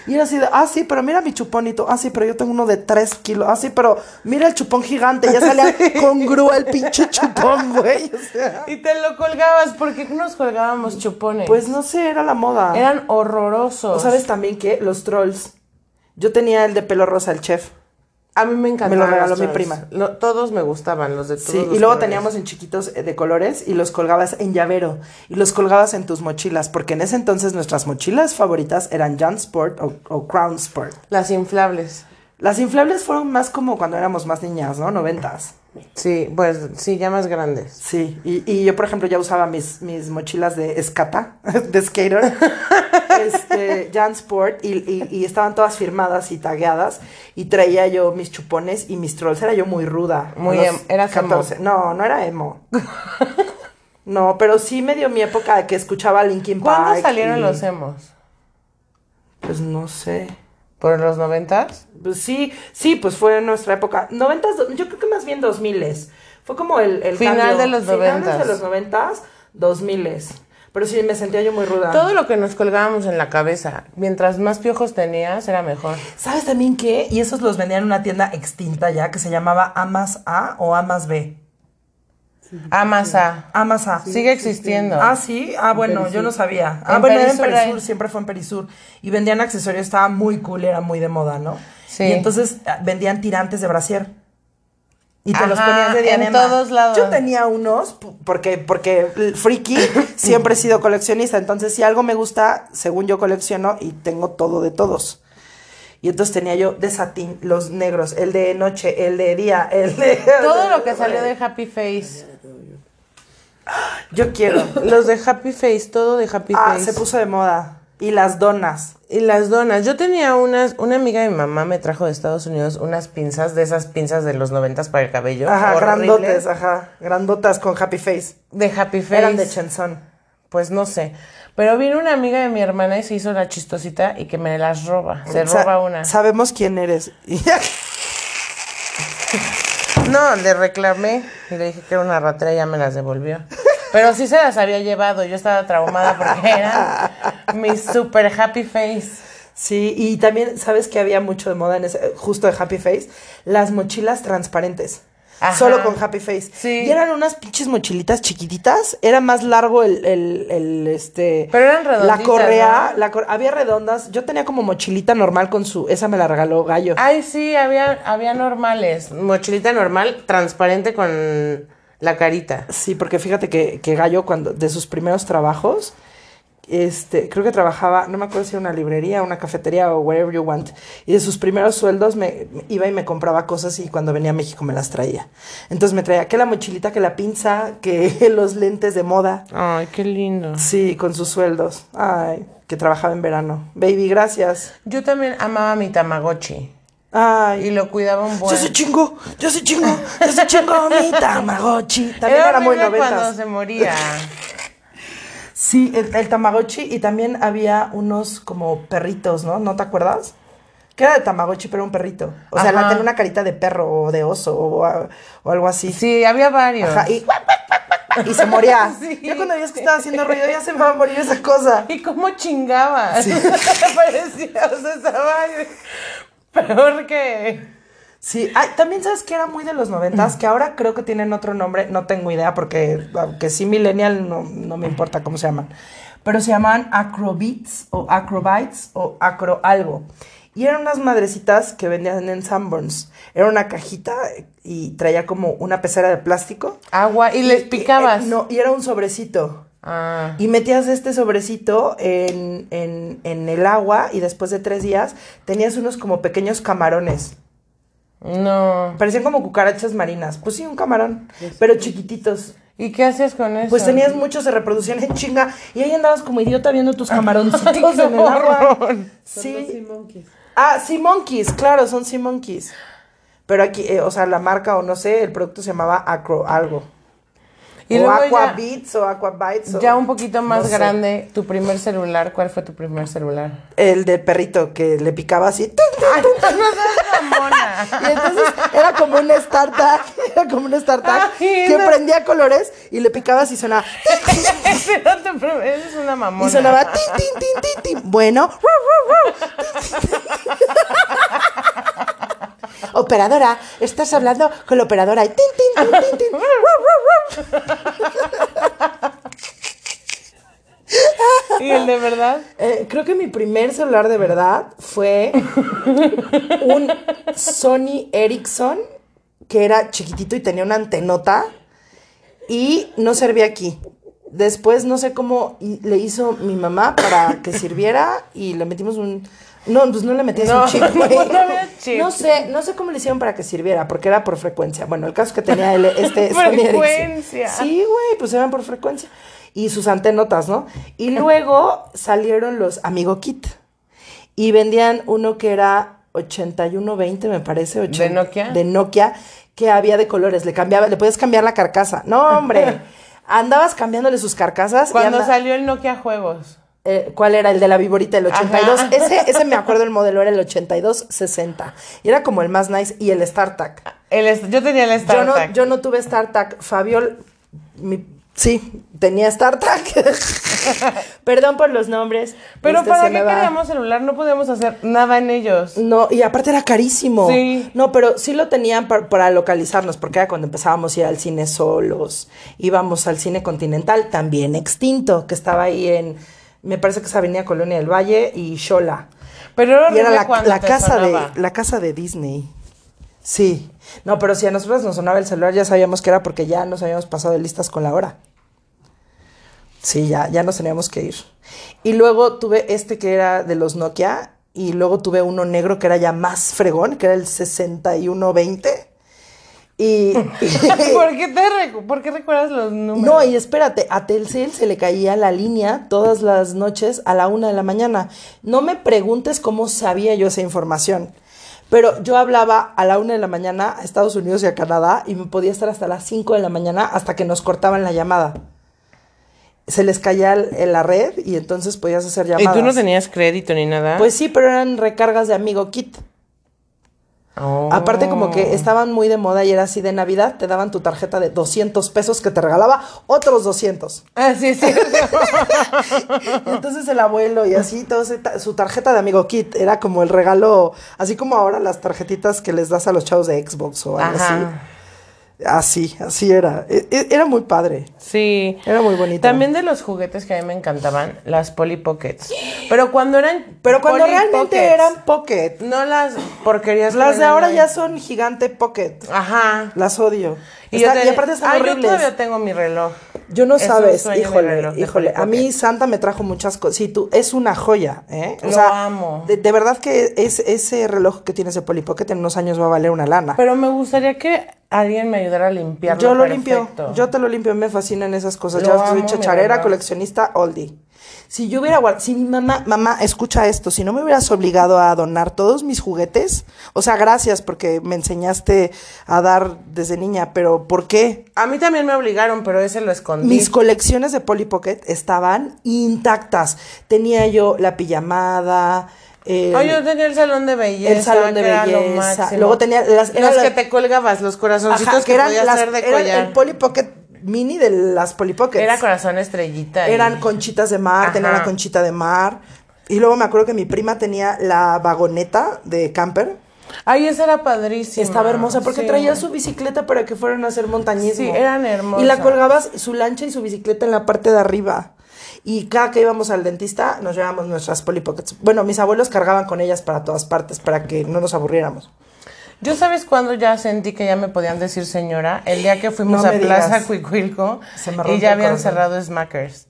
S1: y era así de, ah, sí, pero mira mi chuponito. Ah, sí, pero yo tengo uno de 3 kilos. Ah, sí, pero mira el chupón gigante. Ya salía con grúa el pinche chupón, güey. O sea,
S2: Y te lo colgabas, ¿por qué nos colgábamos chupones?
S1: pues no sé, era la moda.
S2: eran horrorosos.
S1: ¿O ¿Sabes también qué? Los trolls. Yo tenía el de pelo rosa, el chef.
S2: A mí me encantaban.
S1: Me lo regaló
S2: los
S1: mi
S2: Trolls.
S1: prima.
S2: Lo- todos me gustaban, los de todos
S1: Sí, y
S2: los
S1: luego
S2: colores.
S1: teníamos en chiquitos eh, de colores y los colgabas en llavero y los colgabas en tus mochilas, porque en ese entonces nuestras mochilas favoritas eran Jan Sport o, o Crown Sport.
S2: Las inflables.
S1: Las inflables fueron más como cuando éramos más niñas, ¿no? Noventas.
S2: Sí, pues sí, ya más grandes.
S1: Sí, y, y yo, por ejemplo, ya usaba mis, mis mochilas de escata, de skater, este, Jansport, y, y, y estaban todas firmadas y tagueadas, y traía yo mis chupones y mis trolls, era yo muy ruda.
S2: Muy
S1: unos
S2: em- eras emo.
S1: No, no era emo. No, pero sí me dio mi época de que escuchaba Linkin Park.
S2: ¿Cuándo salieron
S1: y-
S2: los em-? emos?
S1: Pues no sé.
S2: ¿Por los noventas?
S1: Pues sí, sí, pues fue en nuestra época. Noventas, do- yo creo que más bien dos miles. Fue como el, el
S2: Final
S1: cambio.
S2: de los
S1: Finales
S2: noventas.
S1: de los noventas, dos miles. Pero sí, me sentía yo muy ruda.
S2: Todo lo que nos colgábamos en la cabeza, mientras más piojos tenías, era mejor.
S1: ¿Sabes también qué? Y esos los vendían en una tienda extinta ya que se llamaba Amas A o Amas B.
S2: Amasa.
S1: Amas A.
S2: Ah, Sigue existiendo.
S1: Ah, sí. Ah, bueno, yo no sabía. Ah,
S2: En
S1: bueno, era en
S2: Perisur hay.
S1: Perisur, siempre fue en Perisur. Y vendían accesorios, estaba muy cool, era muy de moda, ¿no?
S2: Sí.
S1: Y entonces ah, vendían tirantes de brasier. Y te los
S2: Ajá,
S1: ponías de
S2: en
S1: diadema.
S2: todos lados.
S1: Yo tenía unos, p- porque, porque el friki siempre he sido coleccionista. Entonces, si algo me gusta, según yo colecciono, y tengo todo de todos. Y entonces tenía yo de satín, los negros, el de noche, el de día, el de...
S2: Todo lo que salió de Happy Face.
S1: Yo quiero.
S2: Los de Happy Face, todo de Happy
S1: Ah,
S2: Face.
S1: se puso de moda. Y las donas.
S2: Y las donas. Yo tenía unas, una amiga de mi mamá me trajo de Estados Unidos unas pinzas, de esas pinzas de los noventas para el cabello.
S1: Ajá,
S2: horribles,
S1: grandotes, ajá. Grandotas con happy face.
S2: De Happy Face.
S1: Eran de Chenzón.
S2: Pues no sé. Pero vino una amiga de mi hermana y se hizo la chistosita y que me las roba. Se
S1: Sa-
S2: roba una.
S1: Sabemos quién eres.
S2: No, le reclamé y le dije que era una ratera y ya me las devolvió. Pero sí se las había llevado. Yo estaba traumada porque eran mi super happy face.
S1: sí, y también, ¿sabes que había mucho de moda en ese, justo de happy face? Las mochilas transparentes.
S2: Ajá.
S1: Solo con happy face.
S2: Sí.
S1: Y eran unas pinches mochilitas chiquititas. Era más largo el, el, el, este.
S2: Pero eran
S1: La
S2: redonditas,
S1: correa,
S2: ¿no?
S1: la cor- había redondas. Yo tenía como mochilita normal con su. Esa me la regaló Gallo.
S2: Ay, sí, había, había normales. Mochilita normal, transparente con la carita.
S1: Sí, porque fíjate que, que Gallo, cuando, de sus primeros trabajos, este, creo que trabajaba, no me acuerdo si era una librería, una cafetería o wherever you want, y de sus primeros sueldos me me iba y me compraba cosas y cuando venía a México me las traía. Entonces me traía que la mochilita, que la pinza, que los lentes de moda.
S2: Ay, qué lindo.
S1: Sí, con sus sueldos. Ay, que trabajaba en verano. Baby, gracias.
S2: Yo también amaba mi Tamagotchi. Y
S1: Ay.
S2: lo cuidaba un buen.
S1: Yo se chingo, yo se chingo, yo se chingo mi Tamagotchi. También era, muy
S2: horrible cuando
S1: noventas.
S2: se moría.
S1: Sí, el, el Tamagotchi y también había unos como perritos, ¿no? ¿No te acuerdas? Que era de Tamagotchi, pero un perrito. O sea, la
S2: Ajá.
S1: tenía una carita de perro o de oso o, a- o algo así.
S2: Sí, había varios.
S1: Ajá, y, guac, guac, guac, guac, y se moría.
S2: Sí.
S1: Yo cuando veías que estaba haciendo ruido, ya se me va a morir esa cosa.
S2: ¿Y cómo chingaba?
S1: Sí.
S2: Parecía, o sea, estaba peor que...
S1: Sí, Ay, también sabes que era muy de los noventas, que ahora creo que tienen otro nombre, no tengo idea, porque aunque sí millennial, no, no me importa cómo se llaman. Pero se llamaban acrobeats o acrobites o acro algo. Y eran unas madrecitas que vendían en Sanborns. Era una cajita y traía como una pecera de plástico.
S2: Agua, y les picabas.
S1: Eh, no, y era un sobrecito.
S2: Ah.
S1: Y metías este sobrecito en, en, en el agua y después de tres días tenías unos como pequeños camarones.
S2: No.
S1: Parecían como cucarachas marinas. Pues sí, un camarón, pero chiquititos.
S2: ¿Y qué hacías con eso?
S1: Pues tenías muchos, se reproducían en chinga. Y ahí andabas como idiota viendo tus camaroncitos en el agua. Sí. Ah, Sea Monkeys, claro, son Sea Monkeys. Pero aquí, eh, o sea, la marca o no sé, el producto se llamaba Acro algo.
S2: Y
S1: o
S2: luego
S1: Aqua
S2: ya-
S1: Beats o Aqua Bites. o-
S2: Ya un poquito más
S1: no sé.
S2: grande, tu primer celular, ¿cuál fue tu primer celular?
S1: El del perrito que le picaba así. ¡tum, tum!
S2: Ay, no seas mamona.
S1: Y entonces era como un StarTag, era como un StarTag
S2: Ay,
S1: que
S2: no.
S1: prendía colores y le picabas y sonaba.
S2: Ese era tu primer- esa es una mamona.
S1: Y sonaba tin, tin, tin, tin, tin. Bueno. ru, ru, ru. Operadora, estás hablando con la operadora. Y tin, tin, tin, tin, tin. Ru, ru, ru.
S2: ¿Y el de verdad?
S1: Eh, creo que mi primer celular de verdad fue un Sony Ericsson que era chiquitito y tenía una antenota y no servía aquí. Después no sé cómo y- le hizo mi mamá para que sirviera y le metimos un... No, pues no le metías
S2: No,
S1: un chip, güey.
S2: no, no había chip.
S1: No sé, no sé cómo le hicieron para que sirviera, porque era por frecuencia. Bueno, el caso es que tenía el, este Sony Ericsson.
S2: Frecuencia.
S1: Sí, güey, pues eran por frecuencia. Y sus antenotas, ¿no? Y luego salieron los Amigo Kit. Y vendían uno que era 8120, me parece. ochen-
S2: ¿De Nokia?
S1: De Nokia, que había de colores. Le cambiaba, le podías cambiar la carcasa. No, hombre. Andabas cambiándole sus carcasas. y
S2: Cuando
S1: anda-
S2: salió el Nokia Juegos.
S1: eh, ¿Cuál era? El de la viborita, el 82.
S2: Ajá.
S1: Ese, ese me acuerdo el modelo, era el 8260. Y era como el más nice. Y el StarTAC.
S2: El est- yo tenía el
S1: Yo no,
S2: StarTAC.
S1: yo no tuve StarTAC. Fabiol, mi- sí, tenía StarTAC. Perdón por los nombres.
S2: Pero
S1: este,
S2: ¿para
S1: se
S2: qué
S1: me va. Mm.
S2: queríamos celular? No podíamos hacer nada en ellos.
S1: No, y aparte era carísimo.
S2: Sí.
S1: No, pero sí lo tenían par- para, localizarnos, porque era cuando empezábamos a ir al cine solos. Íbamos al cine continental, también extinto, que estaba ahí en, me parece que es Avenida Colonia del Valle y Xola.
S2: Pero era,
S1: Y era
S2: horrible
S1: la,
S2: cuando
S1: la
S2: te
S1: casa
S2: sonaba.
S1: de, la casa de Disney. Sí. No, pero si a nosotros nos sonaba el celular, ya sabíamos que era porque ya nos habíamos pasado de listas con la hora. Sí, ya, ya nos teníamos que ir. Y luego tuve este que era de los Nokia. Y luego tuve uno negro que era ya más fregón, que era el 6120. Y. y-
S2: ¿Por qué, te recu- ¿Por qué recuerdas los números?
S1: no, y espérate, a Telcel se le caía la línea todas las noches a la una de la mañana. No me preguntes cómo sabía yo esa información. Pero yo hablaba a la una de la mañana a Estados Unidos y a Canadá y me podía estar hasta las cinco de la mañana hasta que nos cortaban la llamada. Se les caía el- el- la red y entonces podías hacer llamadas.
S2: tenías crédito ni nada?
S1: Pues sí, pero eran recargas de Amigo Kit.
S2: Oh.
S1: Aparte como que estaban muy de moda y era así de Navidad, te daban tu tarjeta de 200 pesos que te regalaba otros 200.
S2: Ah, sí, sí.
S1: Y entonces el abuelo y así, todo ese ta- su tarjeta de amigo Kit era como el regalo, así como ahora las tarjetitas que les das a los chavos de Xbox o algo
S2: Ajá.
S1: así. Así, así era. E- e- Era muy padre.
S2: Sí.
S1: Era muy bonito.
S2: También de los juguetes que a mí me encantaban, las Polly Pockets. Pero cuando eran.
S1: Pero cuando
S2: Polly
S1: realmente
S2: Pockets,
S1: eran pocket.
S2: No las porquerías. que
S1: Las de
S2: venden
S1: ahora
S2: hoy.
S1: ya son gigante pocket.
S2: Ajá.
S1: Las odio. Está- Y,
S2: yo tenía-
S1: aparte están
S2: Ah, yo
S1: horribles.
S2: todavía tengo mi reloj.
S1: Yo no
S2: Es un
S1: sabes,
S2: sueño de
S1: híjole,
S2: reloj de
S1: híjole. A mí
S2: Pocket.
S1: Santa me trajo muchas cosas. Sí, tú, es una joya, ¿eh?
S2: Lo amo.
S1: De, de verdad que es, ese reloj que tiene ese Polly Pocket en unos años va a valer una lana.
S2: Pero me gustaría que alguien me ayudara a limpiarlo.
S1: yo lo
S2: perfecto.
S1: limpio, yo te lo limpio, me fascinan esas cosas.
S2: Lo
S1: yo soy
S2: amo, mi
S1: chacharera,
S2: reloj.
S1: coleccionista, oldie. Si yo hubiera guardado, si mi mamá, mamá, escucha esto, si no me hubieras obligado a donar todos mis juguetes, o sea, gracias porque me enseñaste a dar desde niña, pero ¿por qué?
S2: A mí también me obligaron, pero ese lo escondí.
S1: Mis colecciones de Polly Pocket estaban intactas. Tenía yo la pijamada. el-
S2: Oh, yo tenía el salón de belleza.
S1: El salón de
S2: que era lo
S1: belleza.
S2: máximo.
S1: Luego tenía las- era
S2: los
S1: la-
S2: que te colgabas, los corazoncitos
S1: Ajá,
S2: que, podías
S1: las-
S2: hacer de
S1: eran
S2: collar.
S1: el Polly Pocket mini de las Polly Pockets.
S2: Era corazón estrellita. y-
S1: Eran conchitas de mar,
S2: Ajá.
S1: tenía la conchita de mar. Y luego me acuerdo que mi prima tenía la vagoneta de camper.
S2: Ay, esa era padrísima.
S1: Estaba hermosa porque
S2: Sí.
S1: traía su bicicleta para que fueran a hacer montañismo.
S2: Sí, eran hermosas.
S1: Y la colgabas su lancha y su bicicleta en la parte de arriba. Y cada que íbamos al dentista nos llevábamos nuestras Polly Pockets. Bueno, mis abuelos cargaban con ellas para todas partes para que no nos aburriéramos.
S2: Yo sabes cuándo ya sentí que ya me podían decir señora, el día que fuimos
S1: No
S2: a
S1: me
S2: Plaza
S1: digas.
S2: Cuicuilco
S1: Se me
S2: y
S1: rompe el
S2: ya habían
S1: corazón.
S2: cerrado Smackers.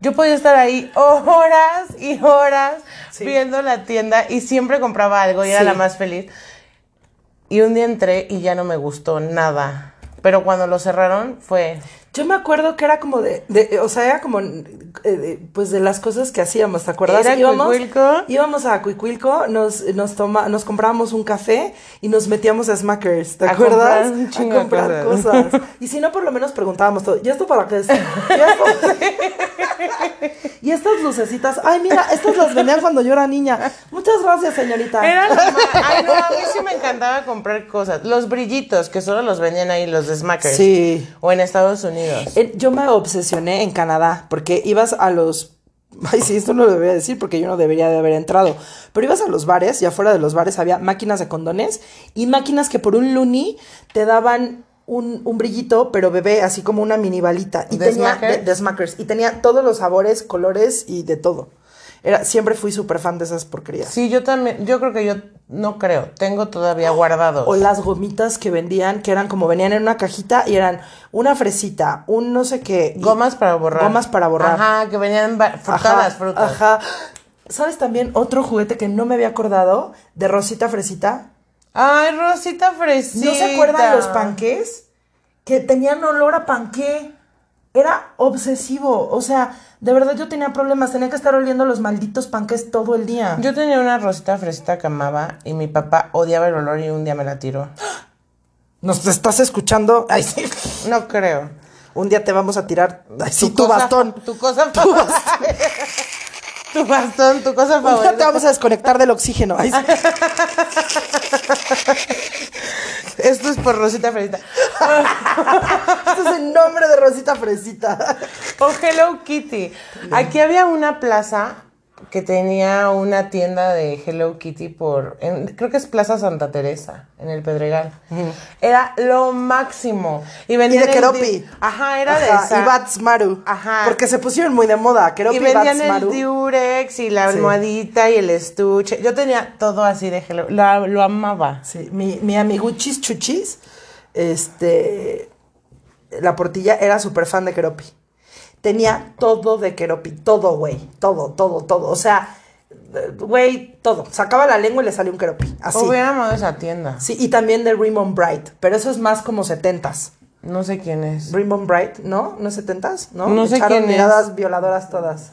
S2: Yo podía estar ahí horas y horas
S1: Sí.
S2: viendo la tienda y siempre compraba algo y era
S1: Sí.
S2: la más feliz. Y un día entré y ya no me gustó nada. Pero cuando lo cerraron fue
S1: Yo me acuerdo que era como de, de- o sea, era como, eh, de- pues de las cosas que hacíamos, ¿te acuerdas?
S2: Ir a
S1: íbamos,
S2: Cuicuilco.
S1: íbamos a Cuicuilco, nos, nos, toma, nos comprábamos un café y nos metíamos a Smackers, ¿te
S2: A comprar
S1: acuerdas?
S2: un chingo de
S1: a comprar
S2: cosas.
S1: cosas. Y si no, por lo menos preguntábamos todo, ¿y esto para qué es? ¿Y, esto? y estas lucecitas, ay, mira, estas las vendían cuando yo era niña. Muchas gracias, señorita.
S2: Era lo más- Ay, no, a mí sí me encantaba comprar cosas. Los brillitos, que solo los vendían ahí, los de Smackers.
S1: Sí.
S2: O en Estados Unidos.
S1: Eh, Yo me obsesioné en Canadá porque ibas a los... Ay, sí, esto no lo debería decir porque yo no debería de haber entrado. Pero ibas a los bares y afuera de los bares había máquinas de condones y máquinas que por un luni te daban un, un brillito, pero bebé, así como una mini balita. Y
S2: ¿De
S1: tenía
S2: Smackers?
S1: de- de Smackers. Y tenía todos los sabores, colores y de todo. Era, siempre fui súper fan de esas porquerías.
S2: Sí, yo también, yo creo que yo no creo, tengo todavía guardados.
S1: O las gomitas que vendían, que eran como venían en una cajita y eran una fresita, un no sé qué. y-
S2: Gomas para borrar.
S1: Gomas para borrar.
S2: Ajá, que venían ba- frutadas, frutas.
S1: Ajá. ¿Sabes también otro juguete que no me había acordado? De Rosita Fresita.
S2: Ay, Rosita Fresita.
S1: ¿No se acuerdan los panqués? Que tenían olor a panqué. Era obsesivo. O sea, de verdad yo tenía problemas. Tenía que estar oliendo los malditos panqués todo el día.
S2: Yo tenía una Rosita Fresita que amaba y mi papá odiaba el olor y un día me la tiró.
S1: ¿Nos estás escuchando? Ay, sí.
S2: No creo.
S1: Un día te vamos a tirar. Ay, sí, tu
S2: cosa-
S1: bastón.
S2: Tu cosa favorita. tu bastón, tu cosa
S1: Un día te
S2: favorita.
S1: vamos a desconectar del oxígeno. Ay, sí.
S2: Esto es por Rosita Fresita.
S1: Este es el nombre de Rosita Fresita.
S2: O Oh, Hello Kitty. Aquí había una plaza que tenía una tienda de Hello Kitty por, en- creo que es Plaza Santa Teresa, en el Pedregal. Era lo máximo. Y
S1: Y
S2: vendían
S1: de
S2: el
S1: Keropi.
S2: di- Ajá, era de
S1: Ajá,
S2: esa.
S1: Y Bats Maru.
S2: Ajá.
S1: Porque se pusieron muy de moda. Keropi
S2: Y
S1: y
S2: vendían
S1: Bats
S2: el
S1: Maru.
S2: diurex y la
S1: Sí.
S2: almohadita y el estuche. Yo tenía todo así de Hello. la- lo amaba.
S1: Sí, mi, mi amiguchis chuchis, este, la portilla era súper fan de Keropi. Tenía todo de Keropi, todo, güey, todo, todo, todo. O sea, eh, güey, todo. Sacaba la lengua y le salió un Keropi, así.
S2: Hubiera amado esa tienda.
S1: Sí, y también de Raymond Bright, pero eso es más como setentas.
S2: No sé quién es.
S1: Raymond Bright, ¿no? ¿No es setentas? ¿No?
S2: No sé
S1: Echaron
S2: quién es.
S1: miradas violadoras todas.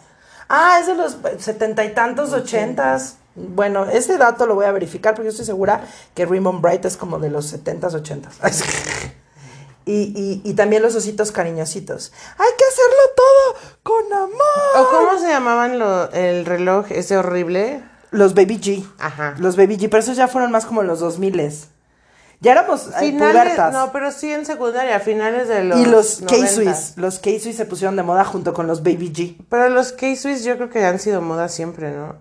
S1: Ah, es de los setenta y tantos, ochentas. Bueno, ese dato lo voy a verificar porque yo estoy segura que Raymond Bright es como de los setentas, ochentas. Y, y, y también los ositos cariñositos. Hay que hacerlo todo con
S2: ¿O
S1: amor.
S2: cómo se llamaban lo- el reloj ese horrible?
S1: Los Baby G.
S2: Ajá.
S1: Los Baby G, pero esos ya fueron más como en los 2000 Ya éramos eh,
S2: Finales,
S1: pubertas.
S2: no, pero sí en secundaria, finales de los
S1: y los
S2: K-Swiss.
S1: K-Swiss. Los K-Swiss se pusieron de moda junto con los Baby G.
S2: Pero los K-Swiss yo creo que han sido moda siempre, ¿no?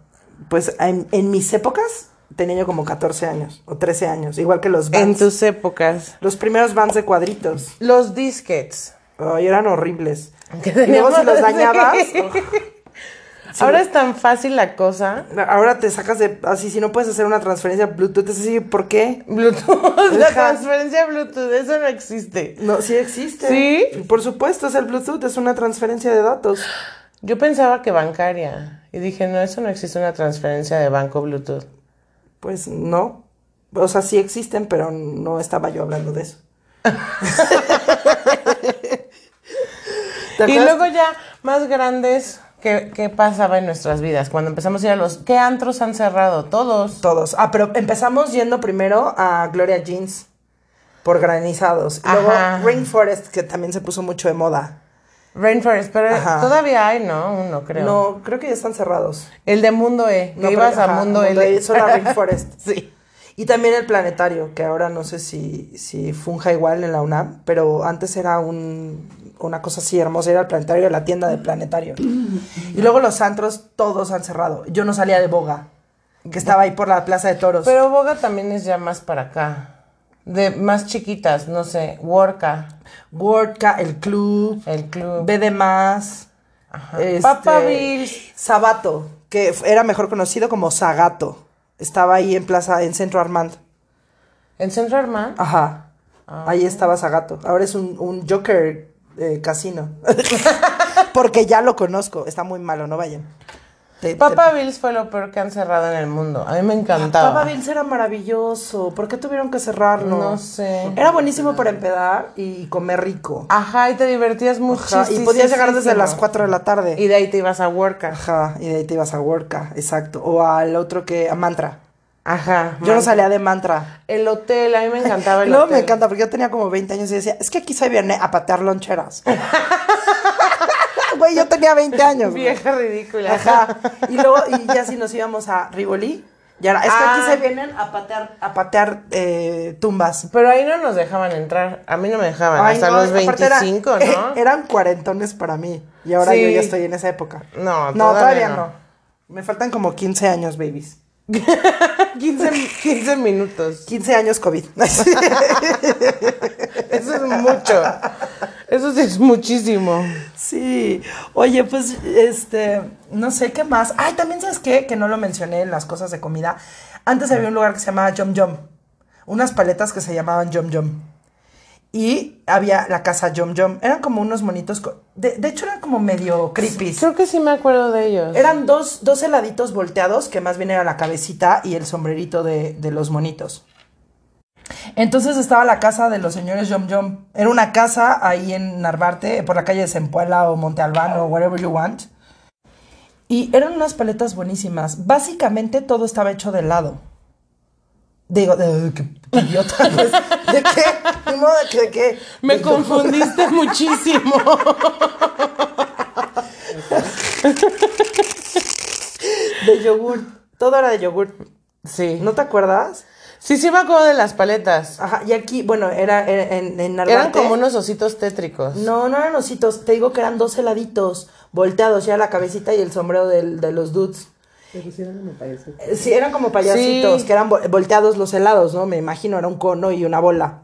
S1: Pues en, en mis épocas tenía yo como 14 años o 13 años, igual que los
S2: En
S1: Vans.
S2: tus épocas.
S1: Los primeros Vans de cuadritos.
S2: Los disquets.
S1: Ay, eran horribles.
S2: Que
S1: Y luego si los
S2: teníamos-
S1: dañabas,
S2: Sí. Ahora es tan fácil la cosa.
S1: oh, ahora te sacas de así si no puedes hacer una transferencia Bluetooth, es así, ¿por qué?
S2: Bluetooth, la
S1: Ajá.
S2: transferencia Bluetooth, eso no existe.
S1: No, sí existe.
S2: ¿Sí?
S1: Por supuesto, es el Bluetooth, es una transferencia de datos.
S2: Yo pensaba que bancaria. Y dije, no, eso no existe una transferencia de banco Bluetooth.
S1: Pues no. O sea, sí existen, pero no estaba yo hablando de eso. ¿Te
S2: Y
S1: acuerdas?
S2: luego ya más grandes, ¿qué, ¿qué pasaba en nuestras vidas? Cuando empezamos a ir a los... ¿Qué antros han cerrado? Todos.
S1: Todos. Ah, pero empezamos yendo primero a Gloria Jeans por granizados. Y Luego
S2: Ajá.
S1: Rainforest, que también se puso mucho de moda.
S2: Rainforest, pero
S1: Ajá.
S2: todavía hay, ¿no? Uno, creo.
S1: No, creo que ya están cerrados.
S2: El de Mundo E. Que
S1: No,
S2: ibas
S1: pero-
S2: a
S1: ajá,
S2: Mundo L.
S1: E, solo a Rainforest.
S2: sí.
S1: Y también el planetario, que ahora no sé si, si funja igual en la UNAM, pero antes era un, una cosa así hermosa, era el planetario, la tienda del planetario. Y luego los antros, todos han cerrado. Yo no salía de Boga, que estaba ahí por la Plaza de Toros.
S2: Pero Boga también es ya más para acá. De más chiquitas, no sé. Worka,
S1: Wordca, el club,
S2: el club.
S1: B de más. este,
S2: Papa Bills.
S1: Sabato, que f- era mejor conocido como Zagato. Estaba ahí en plaza, en Centro Armand.
S2: En Centro Armand.
S1: Ah, Ajá. Ahí estaba Zagato. Ahora es un, un Joker eh, casino. Porque ya lo conozco. Está muy malo, no vayan. Te-
S2: Papa Bills fue lo peor que han cerrado en el mundo. A mí me encantaba.
S1: Papa Bills era maravilloso. ¿Por qué tuvieron que cerrarlo?
S2: No sé.
S1: Era buenísimo para empedar y comer rico.
S2: Ajá, y te divertías muchísimo.
S1: Ajá, y podías llegar desde las 4 de la tarde.
S2: Y de ahí te ibas a Worka.
S1: Ajá, y de ahí te ibas a Worka, exacto. O al otro que, a Mantra.
S2: Ajá.
S1: Yo no salía de Mantra.
S2: El hotel, a mí me encantaba el
S1: Luego
S2: hotel.
S1: me encanta, porque yo tenía como 20 años y decía, es que aquí se viene a patear loncheras. Güey, yo tenía 20 años. güey.
S2: Vieja ridícula.
S1: Ajá. Y luego, y ya si nos íbamos a Rivoli, ya era, es que aquí
S2: Ah.
S1: se vienen a patear, a patear eh, tumbas.
S2: Pero ahí no nos dejaban entrar. A mí no me dejaban.
S1: Ay,
S2: Ah, hasta
S1: no,
S2: los
S1: aparte era-
S2: 25, ¿no?
S1: eran cuarentones para mí. Y ahora
S2: Sí.
S1: yo ya estoy en esa época. no
S2: No, todavía
S1: todavía no.
S2: no.
S1: Me faltan como 15 años, babies.
S2: 15, 15 minutos.
S1: 15 años COVID.
S2: Eso es mucho. Eso sí es muchísimo.
S1: Sí, oye, pues, este, no sé qué más. Ay, también sabes qué, que no lo mencioné en las cosas de comida. Antes había un lugar que se llamaba Yom Yom, unas paletas que se llamaban Yom Yom. Y había la casa Yom Yom. Eran como unos monitos, co- de, de hecho eran como medio creepy.
S2: Creo que sí me acuerdo de ellos.
S1: Eran dos, dos heladitos volteados, que más bien era la cabecita y el sombrerito de, de los monitos. Entonces estaba la casa de los señores Yom Yom. Era una casa ahí en Narvarte, por la calle de Sempuela o Monte Albano, wherever you want. Y eran unas paletas buenísimas. Básicamente todo estaba hecho de helado. Digo, de, qué, qué idiota. pues. ¿De qué? Ni modo que- ¿De qué?
S2: Me confundiste muchísimo.
S1: De yogur. Todo era de yogur.
S2: Sí.
S1: ¿No te acuerdas?
S2: Sí, sí me acuerdo de las paletas.
S1: Ajá, y aquí, bueno, era, era en, en Narvarte.
S2: Eran como unos ositos tétricos.
S1: No, no eran ositos. Te digo que eran dos heladitos volteados, ya la cabecita y el sombrero del- de los dudes. Eh, Sí, eran como payasitos,
S2: Sí.
S1: que eran vol- volteados los helados, ¿no? Me imagino, era un cono y una bola.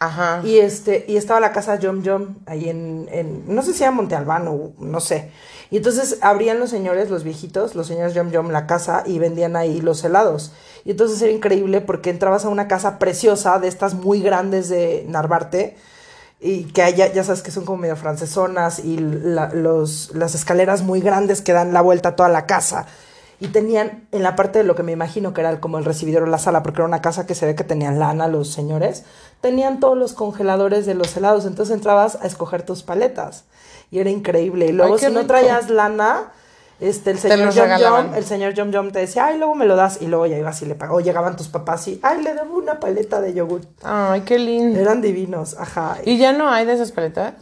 S2: Ajá.
S1: Y este, y estaba la casa Yom Yom, ahí en, en- no sé si era Monte Albano, u- no sé. Y entonces abrían los señores, los viejitos, los señores Yom Yom la casa y vendían ahí los helados. Y entonces era increíble porque entrabas a una casa preciosa de estas muy grandes de Narvarte. Y que allá, ya sabes que son como medio francesonas y la- los, las escaleras muy grandes que dan la vuelta a toda la casa. Y tenían en la parte de lo que me imagino que era el- como el recibidor o la sala, porque era una casa que se ve que tenían lana los señores, tenían todos los congeladores de los helados. Entonces entrabas a escoger tus paletas. Y era increíble. Y luego,
S2: Ay,
S1: si
S2: qué
S1: no
S2: rico.
S1: traías lana, este, el
S2: Te
S1: señor
S2: los
S1: Yom
S2: regalaban.
S1: Yom, el señor Yom Yom te decía, ay, luego me lo das. Y luego ya ibas y le pagó. O llegaban tus papás y, ay, le debo una paleta de yogur.
S2: Ay, qué lindo.
S1: Eran divinos, ajá.
S2: ¿Y ya no hay de esas paletas?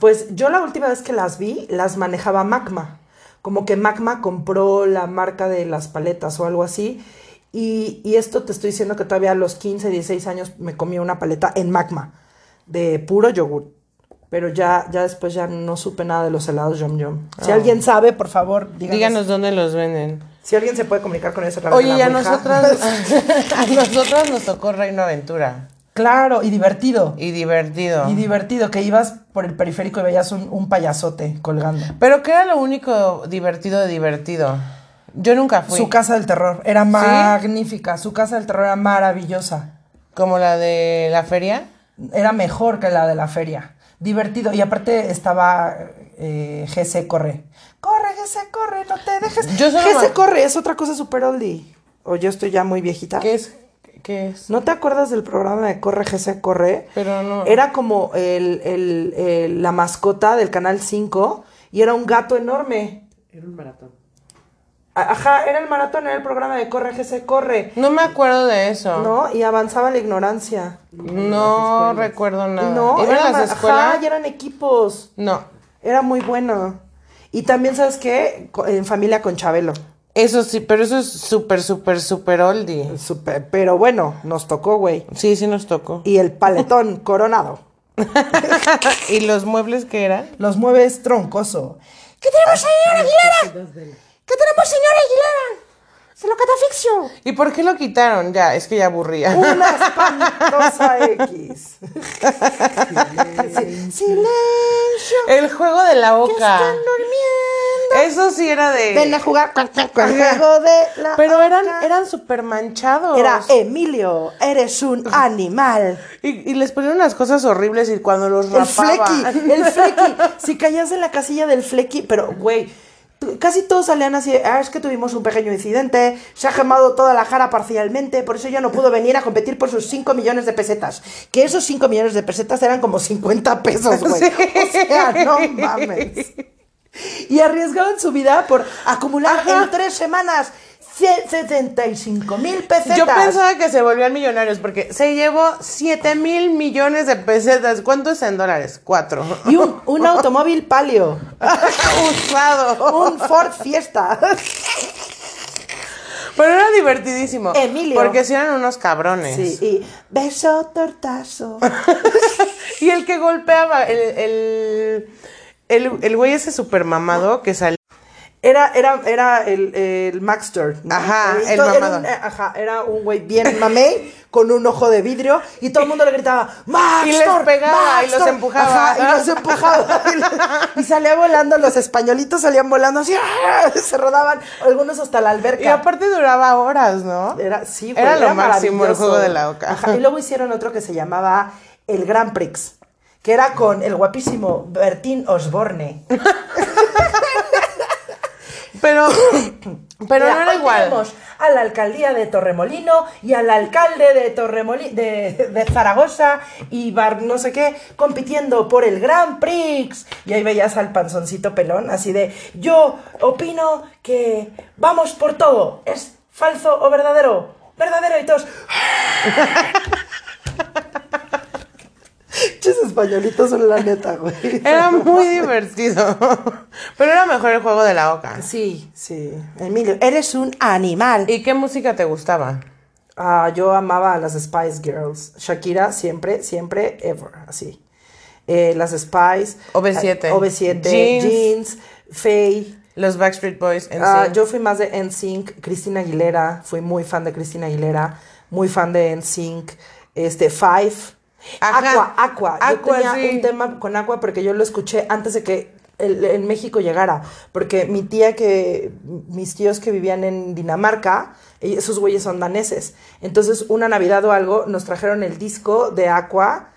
S1: Pues yo la última vez que las vi, las manejaba Magma. Como que Magma compró la marca de las paletas o algo así. Y, y esto te estoy diciendo que todavía a los 15, 16 años me comí una paleta en Magma, de puro yogur. Pero ya, ya después ya no supe nada de los helados Yom Yom. Si alguien sabe, por favor, Ah. díganos.
S2: Díganos dónde los venden.
S1: Si alguien se puede comunicar con ellos a ah, través de
S2: Oye,
S1: la
S2: y a
S1: Ouija.
S2: nosotras, a nosotras nos tocó Reino Aventura.
S1: claro, y divertido.
S2: Y divertido.
S1: Y divertido, que ibas por el periférico y veías un, un payasote colgando.
S2: Pero ¿qué era lo único divertido de divertido? Yo nunca fui.
S1: Su casa del terror era magnífica, su casa del terror era maravillosa.
S2: Como la de la feria.
S1: Era mejor que la de la feria. Divertido. Y aparte estaba eh, GC Corre. Corre, GC Corre, no te dejes.
S2: Yo solo
S1: GC
S2: me-
S1: Corre es otra cosa super oldie. O yo estoy ya muy viejita.
S2: ¿Qué es? ¿Qué es?
S1: Ah. ¿No te acuerdas del programa de Corre, GC Corre?
S2: Pero no.
S1: Era como el- el- el- la mascota del Canal 5 y era un gato enorme. Era un maratón. Ajá, era el maratón, era el programa de Corre, GC Corre.
S2: No me acuerdo de eso.
S1: No, y avanzaba la ignorancia.
S2: No recuerdo nada.
S1: No,
S2: ¿Iban
S1: era
S2: a las
S1: ma-
S2: escuelas?
S1: ajá, y eran equipos.
S2: No.
S1: Era muy bueno. Y también, ¿sabes qué? Co- En familia con Chabelo.
S2: Eso sí, pero eso es súper, súper, súper oldie.
S1: Súper- pero bueno, nos tocó, güey.
S2: Sí, sí nos tocó. Ah,
S1: Y el paletón coronado.
S2: ¿Y los muebles que eran?
S1: Los mueves troncoso. ¿Qué tenemos, señor Aguilera? ¿Qué tenemos, señor Aguilera? Se lo catafixio.
S2: ¿Y por qué lo quitaron? Ya, es que ya aburría.
S1: Una espantosa X. Sí. Silencio.
S2: El juego de la
S1: Que
S2: boca.
S1: están durmiendo.
S2: Eso sí era de.
S1: Ven a jugar con, con- con el juego de la.
S2: Pero eran,
S1: oca.
S2: eran súper manchados.
S1: Era Emilio, eres un animal.
S2: Y, y les ponían unas cosas horribles y cuando los
S1: El
S2: rapaban.
S1: flequi, el flequi. Si caías en la casilla del flequi, pero güey, casi todos salían así, "Ah, es que tuvimos un pequeño incidente, se ha quemado toda la jara parcialmente, por eso ya no pudo venir a competir por sus 5 millones de pesetas. Que esos 5 millones de pesetas eran como 50 pesos, güey. O sea, no mames. Y arriesgaban su vida por acumular
S2: Ajá.
S1: en 3 semanas 75 mil pesetas.
S2: Yo pensaba que se volvían millonarios porque se llevó 7 mil millones de pesetas. ¿Cuánto es en dólares? Cuatro.
S1: Y un, un automóvil palio.
S2: Usado.
S1: Un Ford Fiesta.
S2: Pero era divertidísimo.
S1: Emilio.
S2: Porque si eran unos cabrones.
S1: Sí, y beso, tortazo.
S2: Y el que golpeaba, el, el, el, el güey ese super mamado que salía.
S1: Era, era, era el, el Maxter. ¿no?
S2: Ajá, el
S1: to- era
S2: mamado.
S1: un- eh, ajá, era un güey bien mamey, con un ojo de vidrio, y todo el mundo le gritaba, Maxtor,
S2: Y les pegaba,
S1: Maxtor".
S2: y los empujaba.
S1: Ajá, y los empujaba. y, le- y salía volando, los españolitos salían volando así, ¡ah! se rodaban, algunos hasta la alberca.
S2: Y aparte duraba horas, ¿no?
S1: Era, sí, güey,
S2: Era lo máximo el
S1: maravilloso.
S2: juego de la oca.
S1: Ajá, y luego hicieron otro que se llamaba el Grand Prix, que era con el guapísimo Bertín Osborne.
S2: Pero, pero
S1: Mira,
S2: no era
S1: hoy
S2: igual.
S1: Tenemos a la alcaldía de Torremolino y al alcalde de Torremolino, de, de Zaragoza y bar no sé qué, compitiendo por el Grand Prix. Y ahí veías al panzoncito pelón, así de, yo opino que vamos por todo, es falso o verdadero, verdadero y todos. Ches españolitos son la neta, güey.
S2: Era muy divertido. Pero era mejor el juego de la oca.
S1: Sí, sí. Emilio, eres un animal.
S2: ¿Y qué música te gustaba?
S1: Ah, yo amaba a las Spice Girls. Shakira siempre, siempre, ever, así. Eh, las Spice.
S2: OV7.
S1: eh, OV7.
S2: Jeans.
S1: Jeans. Faye.
S2: Los Backstreet Boys en
S1: Ah,
S2: sí.
S1: yo fui más de NSYNC. Cristina Aguilera. Fui muy fan de Cristina Aguilera. Muy fan de NSYNC. Este, Five.
S2: Ajá.
S1: Aqua, Aqua.
S2: Aqua,
S1: yo tenía
S2: sí.
S1: un tema con Aqua porque yo lo escuché antes de que el- en México llegara. Porque mi tía que. Mis tíos que vivían en Dinamarca. eh, Esos güeyes son daneses. Entonces, una Navidad o algo, nos trajeron el disco de Aqua.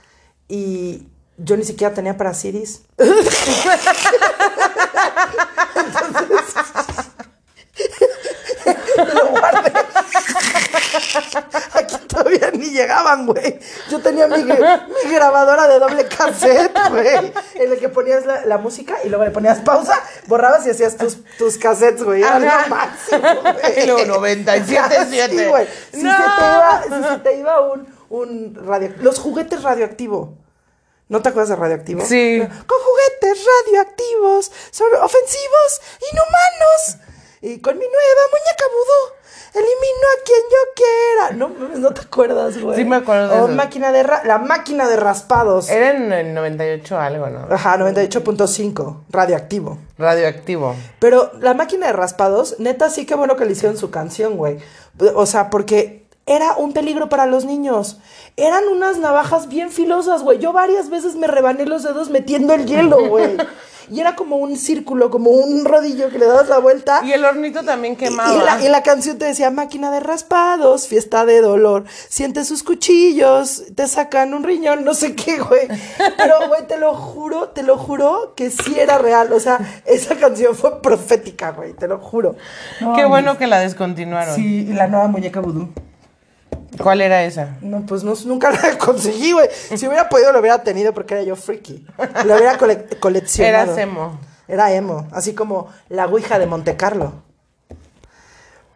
S1: Y yo ni siquiera tenía para CDs. lo guardé. Aquí todavía ni llegaban, güey. Yo tenía mi, mi grabadora de doble cassette, güey. En la que ponías la, la música y luego le ponías pausa, borrabas y hacías tus, tus cassettes, güey. Era
S2: Ajá.
S1: lo máximo, güey.
S2: Y luego 97.7.
S1: Sí, güey. Si,
S2: ¡No!
S1: se te iba, si se te iba un, un radio... Los juguetes radioactivo. ¿No te acuerdas de radioactivo?
S2: Sí.
S1: Con juguetes radioactivos, son ofensivos, inhumanos. Y con mi nueva muñeca vudú, elimino a quien yo quiera. No, mames, no te acuerdas, güey.
S2: Sí me acuerdo de
S1: O
S2: eso. Eh.
S1: máquina de ra- la máquina de raspados.
S2: Era en el 98 algo, ¿no?
S1: Ajá, 98.5, radioactivo.
S2: Radioactivo.
S1: Pero la máquina de raspados, neta, sí que bueno que le hicieron su canción, güey. O sea, porque era un peligro para los niños. Eran unas navajas bien filosas, güey. Yo varias veces me rebané los dedos metiendo el hielo, güey. Y era como un círculo, como un rodillo que le dabas la vuelta.
S2: Y el hornito también
S1: Ah. Y-
S2: quemado.
S1: Y la, y la canción te decía, máquina de raspados, fiesta de dolor, siente sus cuchillos, te sacan un riñón, no sé qué, güey. Pero, güey, te lo juro, te lo juro que sí era real. O sea, esa canción fue profética, güey, te lo juro.
S2: Qué bueno que la descontinuaron.
S1: Sí, y la nueva muñeca vudú.
S2: ¿Cuál era esa?
S1: No, pues no, nunca la conseguí, güey. Si hubiera podido, lo hubiera tenido porque era yo friki. Lo hubiera cole- coleccionado.
S2: Era Semo.
S1: Era emo, así como la Ouija de Monte Carlo.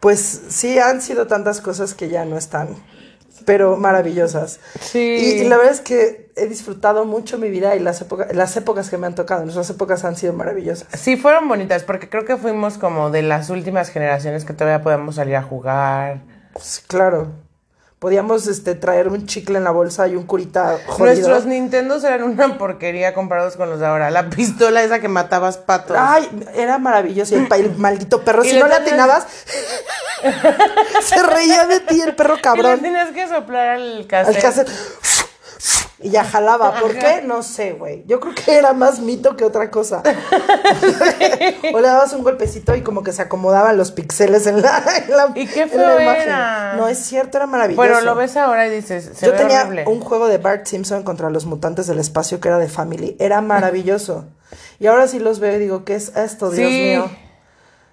S1: Pues sí, han sido tantas cosas que ya no están, pero maravillosas.
S2: Sí.
S1: Y, y la verdad es que he disfrutado mucho mi vida y las, época- las épocas que me han tocado, nuestras épocas han sido maravillosas.
S2: Sí, fueron bonitas, porque creo que fuimos como de las últimas generaciones que todavía podemos salir a jugar.
S1: Pues, claro, podíamos este, traer un chicle en la bolsa y un curita jodido.
S2: Nuestros Nintendos eran una porquería comparados con los de ahora. La pistola esa que matabas patos.
S1: Ay, era maravilloso. Y el, pa- el maldito perro,
S2: Y
S1: si
S2: le
S1: no le
S2: ponías-
S1: atinabas, se reía de ti el perro
S2: Y
S1: cabrón.
S2: le tenías que soplar al
S1: al
S2: cassette.
S1: cassette. Y ya jalaba. ¿Por qué? No sé, güey. Yo creo que era más mito que otra cosa. o le dabas un golpecito y como que se acomodaban los pixeles en la, en la-
S2: Y qué
S1: en la
S2: feo
S1: imagen.
S2: era.
S1: No es cierto, era maravilloso.
S2: Bueno, lo ves ahora y dices, se
S1: Yo
S2: ve
S1: tenía
S2: horrible.
S1: un juego de Bart Simpson contra los mutantes del espacio que era de Family. Era maravilloso. y ahora sí los veo y digo, ¿qué es esto, Dios
S2: Sí.
S1: mío?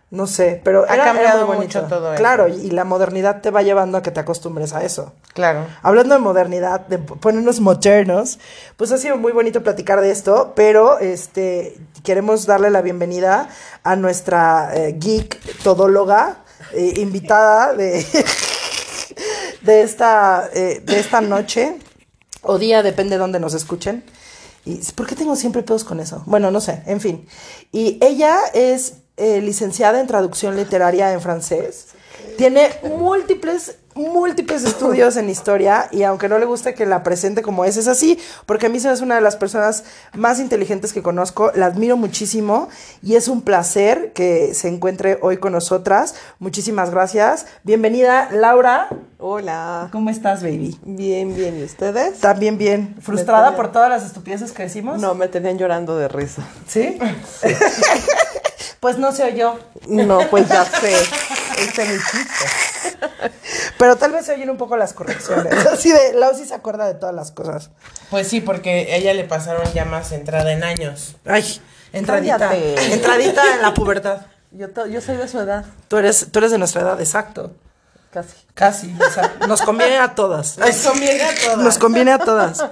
S1: No sé, pero
S2: Ha
S1: era- era
S2: cambiado
S1: muy
S2: mucho
S1: bonito.
S2: todo eso.
S1: Claro, y la modernidad te va llevando a que te acostumbres a eso.
S2: Claro.
S1: Hablando de modernidad, de p- ponernos modernos, pues ha sido muy bonito platicar de esto, pero este queremos darle la bienvenida a nuestra eh, geek todóloga eh, invitada de, de, esta, eh, de esta noche o día, depende de dónde nos escuchen. ¿Y s- por qué tengo siempre pedos con eso? Bueno, no sé, en fin. Y ella es eh, licenciada en traducción literaria en francés. Tiene múltiples, múltiples estudios en historia y aunque no le guste que la presente como es, es así, porque a mí se me hace una de las personas más inteligentes que conozco, la admiro muchísimo y es un placer que se encuentre hoy con nosotras. Muchísimas gracias. Bienvenida, Laura.
S3: Hola.
S1: ¿Cómo estás, baby?
S3: Bien, bien. ¿Y ustedes?
S1: También bien. ¿Frustrada por todas las estupideces que decimos?
S3: No, me tenían llorando de risa.
S1: ¿Sí? pues no se oyó.
S3: No, pues ya sé. Este es mi chiste.
S1: Pero tal vez se oyen un poco las correcciones. Así de, Lau sí se acuerda de todas las cosas.
S2: Pues sí, porque ella le pasaron ya más entrada en años.
S1: Ay, entradita.
S3: entradita. Cállate.
S1: Entradita en la pubertad.
S3: Yo, to- yo soy de su edad,
S1: Tú eres, tú eres de nuestra edad, exacto.
S3: casi.
S1: Casi. o sea, nos conviene a todas.
S2: Nos conviene a todas.
S1: Nos conviene a todas.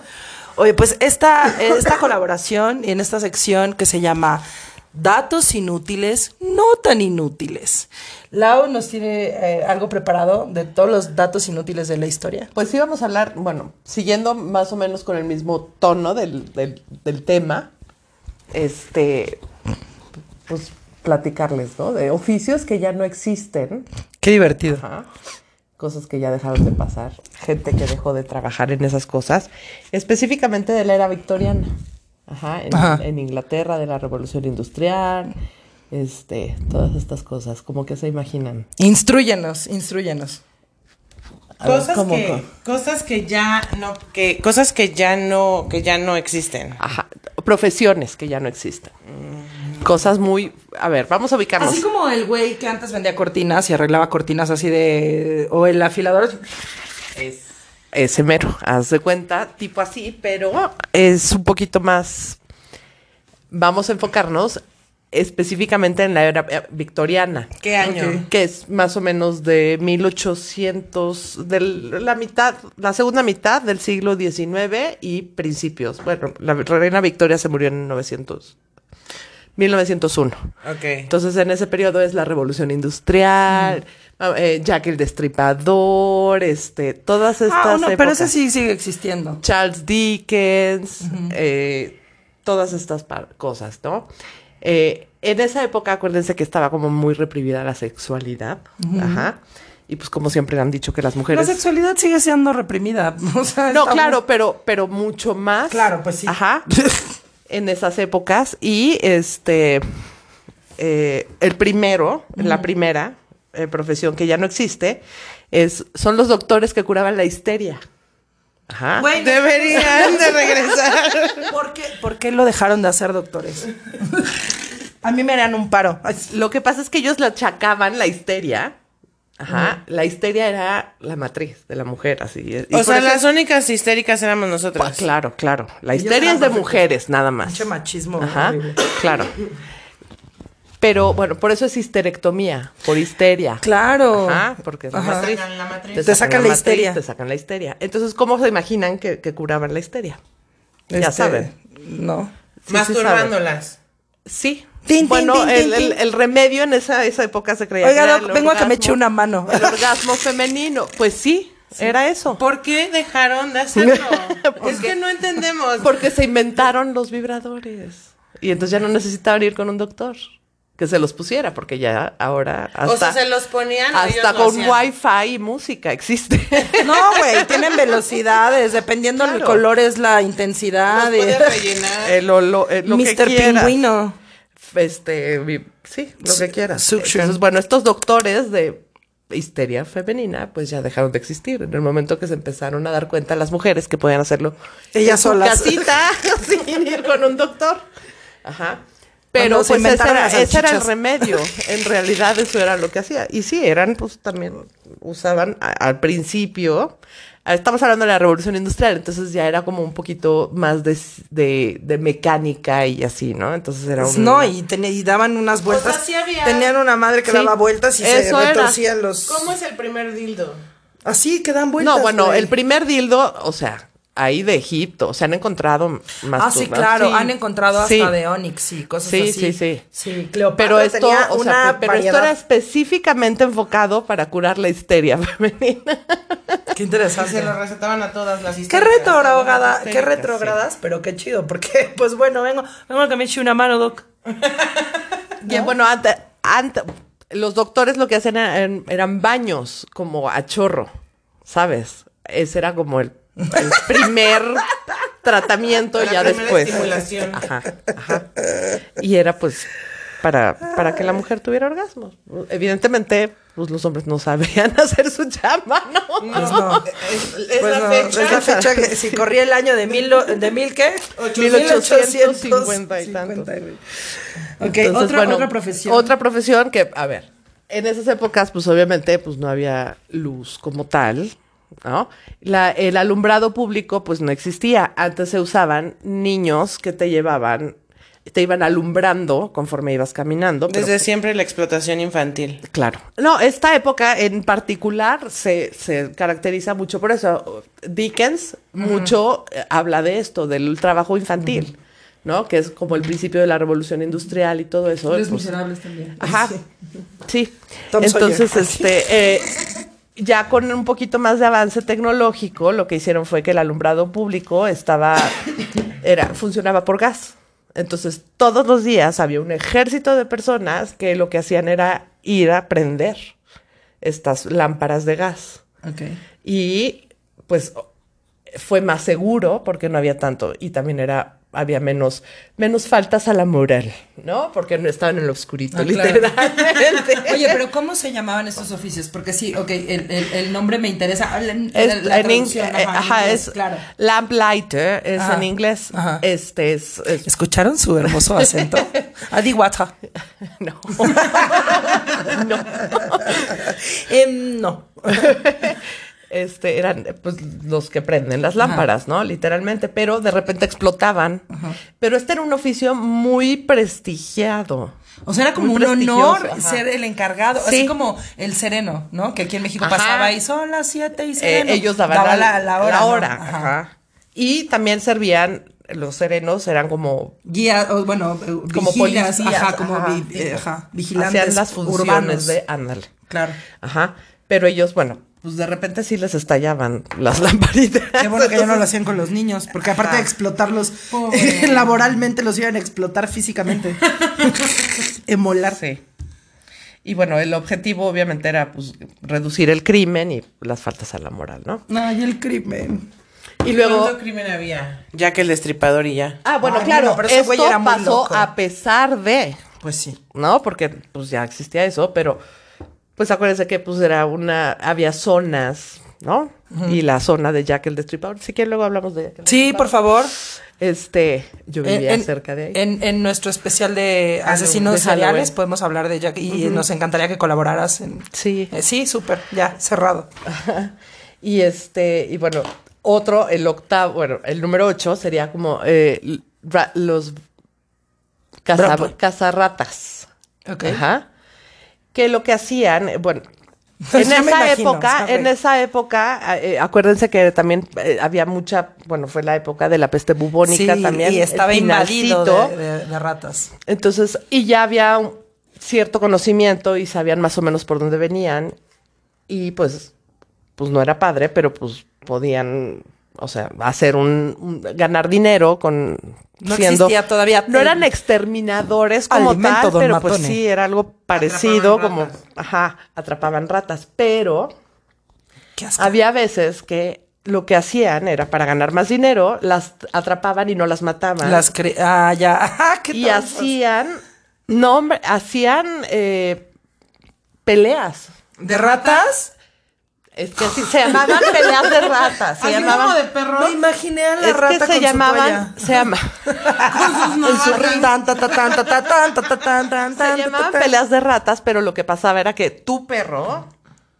S1: Oye, pues esta, esta colaboración en esta sección que se llama Datos inútiles, no tan inútiles. Lau nos tiene eh, algo preparado de todos los datos inútiles de la historia.
S3: Pues sí, vamos a hablar, bueno, siguiendo más o menos con el mismo tono del, del- del tema, este, pues platicarles, ¿no? De oficios que ya no existen,
S1: Qué divertido.
S3: Ajá. cosas que ya dejaron de pasar, gente que dejó de trabajar en esas cosas, específicamente de la era victoriana, Ajá, en,
S1: Ajá.
S3: en Inglaterra, de la revolución industrial, este, todas estas cosas, como que se imaginan.
S1: Instruyenos, instruyenos.
S3: A ver,
S2: Cosas
S3: ¿cómo
S2: que,
S3: co-
S2: cosas que ya no, que, cosas que ya no, que ya no existen.
S3: Ajá, profesiones que ya no existen.
S2: Mm.
S3: Cosas muy, a ver, vamos a ubicarnos.
S1: Así como el güey que antes vendía cortinas y arreglaba cortinas así de. O el afilador.
S3: Ah, es ese mero, haz de cuenta, tipo así, pero es un poquito más. Vamos a enfocarnos específicamente en la era eh, victoriana,
S2: ¿Qué año?
S1: Ok.
S3: que es más o menos de 1800, de la mitad, la segunda mitad del siglo XIX y principios. Bueno, la reina Victoria se murió en 900, 1901.
S2: Ok.
S3: Entonces, en ese periodo es la revolución industrial, ah, eh, Jack el Destripador, este, todas estas.
S1: Ah, no, pero
S3: épocas.
S1: ese sí sigue existiendo.
S3: Charles Dickens, eh, todas estas par- cosas, ¿no? Eh, en esa época, acuérdense que estaba como muy reprimida la sexualidad. Ajá. Y pues, como siempre han dicho que las
S1: La
S3: mujeres.
S1: sexualidad sigue siendo reprimida. o sea,
S3: No,
S1: está
S3: claro, pero, pero mucho más.
S1: Claro, pues sí.
S3: Ajá. en esas épocas. Y este. eh, el primero, la primera eh, profesión que ya no existe, es, son los doctores que curaban la histeria. Ajá.
S1: Güey,
S2: Deberían de regresar.
S1: ¿Por qué, por qué lo dejaron de hacer doctores? A mí me harían un paro. Ay,
S3: Lo que pasa es que ellos le achacaban la histeria. Ajá. La histeria era la matriz de la mujer, así. es. Y
S2: O
S3: por
S2: sea,
S3: eso-
S2: las únicas histéricas éramos
S3: Ah,
S2: nosotras.
S3: Claro, claro. La
S1: Ellos
S3: histeria
S1: eran
S3: es de
S1: perfectos.
S3: mujeres, nada más.
S1: Pinche machismo.
S3: Ajá,
S1: horrible.
S3: claro. Pero bueno, por eso es histerectomía, por histeria.
S1: Claro.
S3: Ajá, porque es la
S1: Ajá.
S3: matriz.
S2: Sacan la matriz.
S1: Te sacan la
S3: matriz,
S1: histeria.
S3: Te sacan la histeria. Entonces, ¿cómo se imaginan que, que curaban la histeria? ya
S1: Este,
S3: saben.
S1: No.
S3: Sí,
S2: Masturbándolas.
S3: Sí. saben. Sí.
S1: Tin, tin,
S3: bueno,
S1: tin, tin,
S3: el, el-
S1: tin.
S3: el remedio en esa, esa época se creía. que
S1: Oiga,
S3: era
S1: doc,
S3: el
S1: vengo a que me eche
S3: orgasmo-
S1: una mano.
S3: El orgasmo femenino. Pues sí, era eso.
S2: ¿Por qué dejaron de hacerlo? es que no entendemos.
S3: Porque se inventaron los vibradores. Y entonces ya no necesitaban ir con un doctor que se los pusiera, porque ya ahora hasta,
S2: o sea, se los ponían o ellos
S3: hasta
S2: lo
S3: con
S2: hacían?
S3: wifi y música existe.
S1: No, güey, tienen velocidades, dependiendo del
S3: Claro.
S1: color es la
S2: Los
S1: intensidad.
S2: puede
S1: de-
S2: rellenar.
S3: el olo- eh, lo que
S1: Mr.
S3: quieras.
S1: Pingüino.
S3: Este, vi- sí, lo que quieras.
S1: Suction.
S3: Entonces, bueno, estos doctores de histeria femenina, pues ya dejaron de existir. En el momento que se empezaron a dar cuenta las mujeres que podían hacerlo
S1: Ellas
S3: en su
S1: solas.
S3: casita sin ir con un doctor. Ajá. Pero
S1: Cuando se
S3: pues, ese,
S1: inventaron
S3: era,
S1: las
S3: ese era el
S1: salchichas.
S3: remedio. En realidad eso era lo que hacía. Y sí, eran pues también usaban a- al principio ah, estamos hablando de la revolución industrial, entonces ya era como un poquito más de, de, de mecánica y así, ¿no? Entonces era un...
S1: Pues No, y, tenía- y daban unas vueltas.
S2: sí había-
S1: Tenían una madre que
S3: Sí,
S1: daba vueltas y se
S3: eso era.
S1: retorcían los.
S2: ¿Cómo es el primer dildo?
S1: Así que dan vueltas.
S3: no, bueno,
S1: güey.
S3: el primer dildo, o sea, ahí de Egipto, se han encontrado más...
S1: Ah, sí, claro, han encontrado hasta
S3: Sí.
S1: de Onyx y cosas
S3: Sí,
S1: así.
S3: sí, sí.
S1: Sí, Cleopatra
S3: Pero esto,
S1: tenía
S3: o sea,
S1: una
S3: pe- pero esto era
S1: variedad.
S3: específicamente enfocado para curar la histeria femenina.
S1: Qué
S2: Y se
S1: interesante.
S2: lo recetaban a todas las
S1: Qué
S2: históricas.
S1: retrograda,
S3: histéricas,
S1: qué retrogradas, pero qué chido, porque pues bueno, vengo, vengo que me eche una mano, Doc.
S3: Y bueno, ante- ante- los doctores lo que hacían era- eran, baños como a chorro, ¿sabes? Ese era como el, el primer tratamiento
S2: La
S3: ya
S2: primera
S3: después.
S2: estimulación.
S3: Ajá, ajá. Y era pues para, para que la mujer tuviera orgasmos. Evidentemente, pues los hombres no sabían hacer su chamba, ¿no?
S2: No, Es, es
S1: Pues,
S2: la
S1: no,
S2: fecha.
S1: es la fecha que si corría el año de mil, lo- de mil qué?
S3: 1850 y tantos.
S1: Ok,
S3: Entonces,
S1: otra,
S3: bueno,
S1: otra profesión.
S3: Otra profesión que, a ver, en esas épocas, pues obviamente, pues no había luz como tal, ¿no? La- el alumbrado público, pues no existía. Antes se usaban niños que te llevaban, te iban alumbrando conforme ibas caminando. pero-
S2: Desde siempre la explotación infantil.
S3: Claro. No, esta época en particular se, se caracteriza mucho por eso. Dickens mucho eh, habla de esto, del trabajo infantil, ¿no? Que es como el principio de la revolución industrial y todo eso. pues,
S1: también.
S3: Ajá. Sí.
S1: Tom
S3: Entonces,
S1: Sawyer.
S3: este, eh, ya con un poquito más de avance tecnológico, lo que hicieron fue que el alumbrado público estaba, era, funcionaba por gas. Entonces, todos los días había un ejército de personas que lo que hacían era ir a prender estas lámparas de gas. Y pues o- fue más seguro porque no había tanto y también era había menos menos faltas a la moral, ¿no? Porque no estaban en lo oscurito,
S1: Ah, claro.
S3: literalmente.
S1: Oye, pero ¿cómo se llamaban estos oficios? Porque sí, ok, el, el- el nombre me interesa. Ah, la- la-
S3: Es-
S1: la
S3: en ing-
S1: traducción,
S3: eh,
S1: en
S3: ajá,
S1: inglés,
S3: es
S1: claro.
S3: lamplighter, es
S1: Ajá,
S3: en inglés.
S1: ajá.
S3: Este es, es-
S1: ¿Escucharon su hermoso acento? Adi Wata.
S3: no.
S1: Em, no.
S3: Este eran eh, pues los que prenden las lámparas, ¿no? Literalmente, pero de repente explotaban. Pero este era un oficio muy prestigiado.
S1: O sea, era como un
S3: Muy
S1: honor
S3: prestigioso, ajá.
S1: ser el encargado, así
S3: Sí.
S1: como el sereno, ¿no? Que aquí en México
S3: Ajá.
S1: pasaba y son las 7 y
S3: Eh,
S1: sereno.
S3: ellos daban
S1: Daba
S3: la,
S1: la, la hora. ¿no? Ajá.
S3: ajá. Y también servían, los serenos eran como
S1: Guía, o, bueno, eh,
S3: Como
S1: vigilas,
S3: policías,
S1: ajá, como
S3: ajá.
S1: vi- eh, ajá, vigilantes
S3: hacían las funciones
S1: urbanos.
S3: de ándale.
S1: Claro.
S3: Ajá. Pero ellos, bueno, pues de repente sí les estallaban las lamparitas.
S1: Qué bueno que ya no lo
S3: Entonces,
S1: hacían con los niños, porque aparte de
S3: Ajá.
S1: explotarlos laboralmente, los iban a explotar físicamente. Emolar.
S3: Sí. Y bueno, el objetivo obviamente era pues reducir el crimen y las faltas a la moral, ¿no?
S1: Ay, el crimen.
S3: Y luego
S2: ¿Cuánto crimen había? Ya que el destripador y ya.
S3: Ah, bueno,
S1: Ay,
S3: claro,
S1: bueno, pero ese
S3: esto
S1: güey era muy
S3: pasó
S1: loco.
S3: a pesar de
S1: Pues sí.
S3: ¿no? Porque pues ya existía eso, pero pues acuérdense que pues era una, había zonas, ¿no? Y la zona de Jack el Destripador, si quieren luego hablamos de Jack el
S1: Sí, por favor.
S3: Este, yo vivía
S1: en,
S3: cerca de ahí. Ah,
S1: En, en nuestro especial de asesinos
S3: de Halloween.
S1: seriales podemos hablar de Jack y nos encantaría que colaboraras. En...
S3: Sí.
S1: Eh, sí, súper, ya, cerrado.
S3: Y este, y bueno, otro, el octavo, bueno, el número ocho sería como eh, l- ra- los caza-
S1: Bravo.
S3: cazarratas.
S1: Ok.
S3: Ajá. Que lo que hacían, eh, bueno,
S1: Yo
S3: en
S1: me
S3: esa
S1: imagino,
S3: época,
S1: está
S3: en
S1: re-
S3: esa época, eh, acuérdense que también eh, había mucha, bueno, fue la época de la peste bubónica
S1: Sí,
S3: también.
S1: y
S3: el
S1: estaba invadido
S3: finalcito.
S1: de, de- de ratas.
S3: Entonces, y ya había un cierto conocimiento y sabían más o menos por dónde venían. Y pues, pues no era padre, pero pues podían, o sea, hacer un, un- ganar dinero con...
S1: No existía todavía
S3: No
S1: el-
S3: eran exterminadores como
S1: Alimento,
S3: tal,
S1: don
S3: pero pues
S1: Matone.
S3: sí, era algo parecido,
S2: Atrapaban
S3: como,
S2: ratas.
S3: ajá, atrapaban ratas. Pero
S1: Qué asco.
S3: había veces que lo que hacían era para ganar más dinero, las atrapaban y no las mataban
S1: Las cre- Ah, ya. Ah, qué
S3: y
S1: tontos.
S3: hacían, no, hombre, hacían eh, peleas.
S1: ¿De ratas?
S3: Es que así se llamaban peleas de ratas. Se
S2: Así
S3: llamaban.
S2: como de perro.
S1: No imaginé a la
S3: es
S1: rata
S3: que se
S1: con
S3: llamaban,
S1: su
S3: se, llama-
S1: toalla. En su tan, ta, ta, tan, ta, ta, tan, ta, ta, tan, tan, tan,
S3: se
S1: ta, ta,
S3: llamaban
S1: tan.
S3: peleas de ratas, pero lo que pasaba era que tu perro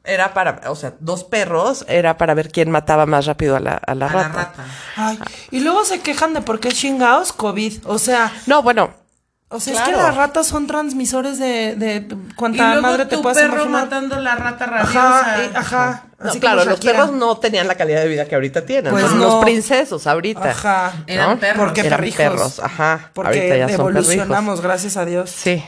S3: Era para, o sea, dos perros, era para ver quién mataba más rápido a la, a la
S2: A
S3: rata.
S2: la rata.
S1: Ay, y luego se quejan de por qué chingados COVID. O sea,
S3: No, bueno,
S1: o sea es
S3: Claro.
S1: que las ratas son transmisores de, de
S2: Y
S1: cuanta
S2: luego
S1: madre te
S2: tu
S1: puedas
S2: perro
S1: imaginar.
S2: matando la rata rabiosa.
S1: Ajá, eh, ajá.
S3: no,
S1: Así
S3: claro,
S1: como
S3: los
S1: Shakira.
S3: perros no tenían la calidad de vida que ahorita tienen.
S1: Pues
S3: son
S1: no.
S3: unos princesos ahorita.
S1: Ajá.
S2: Eran perros.
S1: ¿Por qué
S3: Eran
S1: perrijos?
S3: perros, ajá.
S1: Porque
S3: Ahorita ya son
S1: evolucionamos, gracias a Dios.
S3: Sí,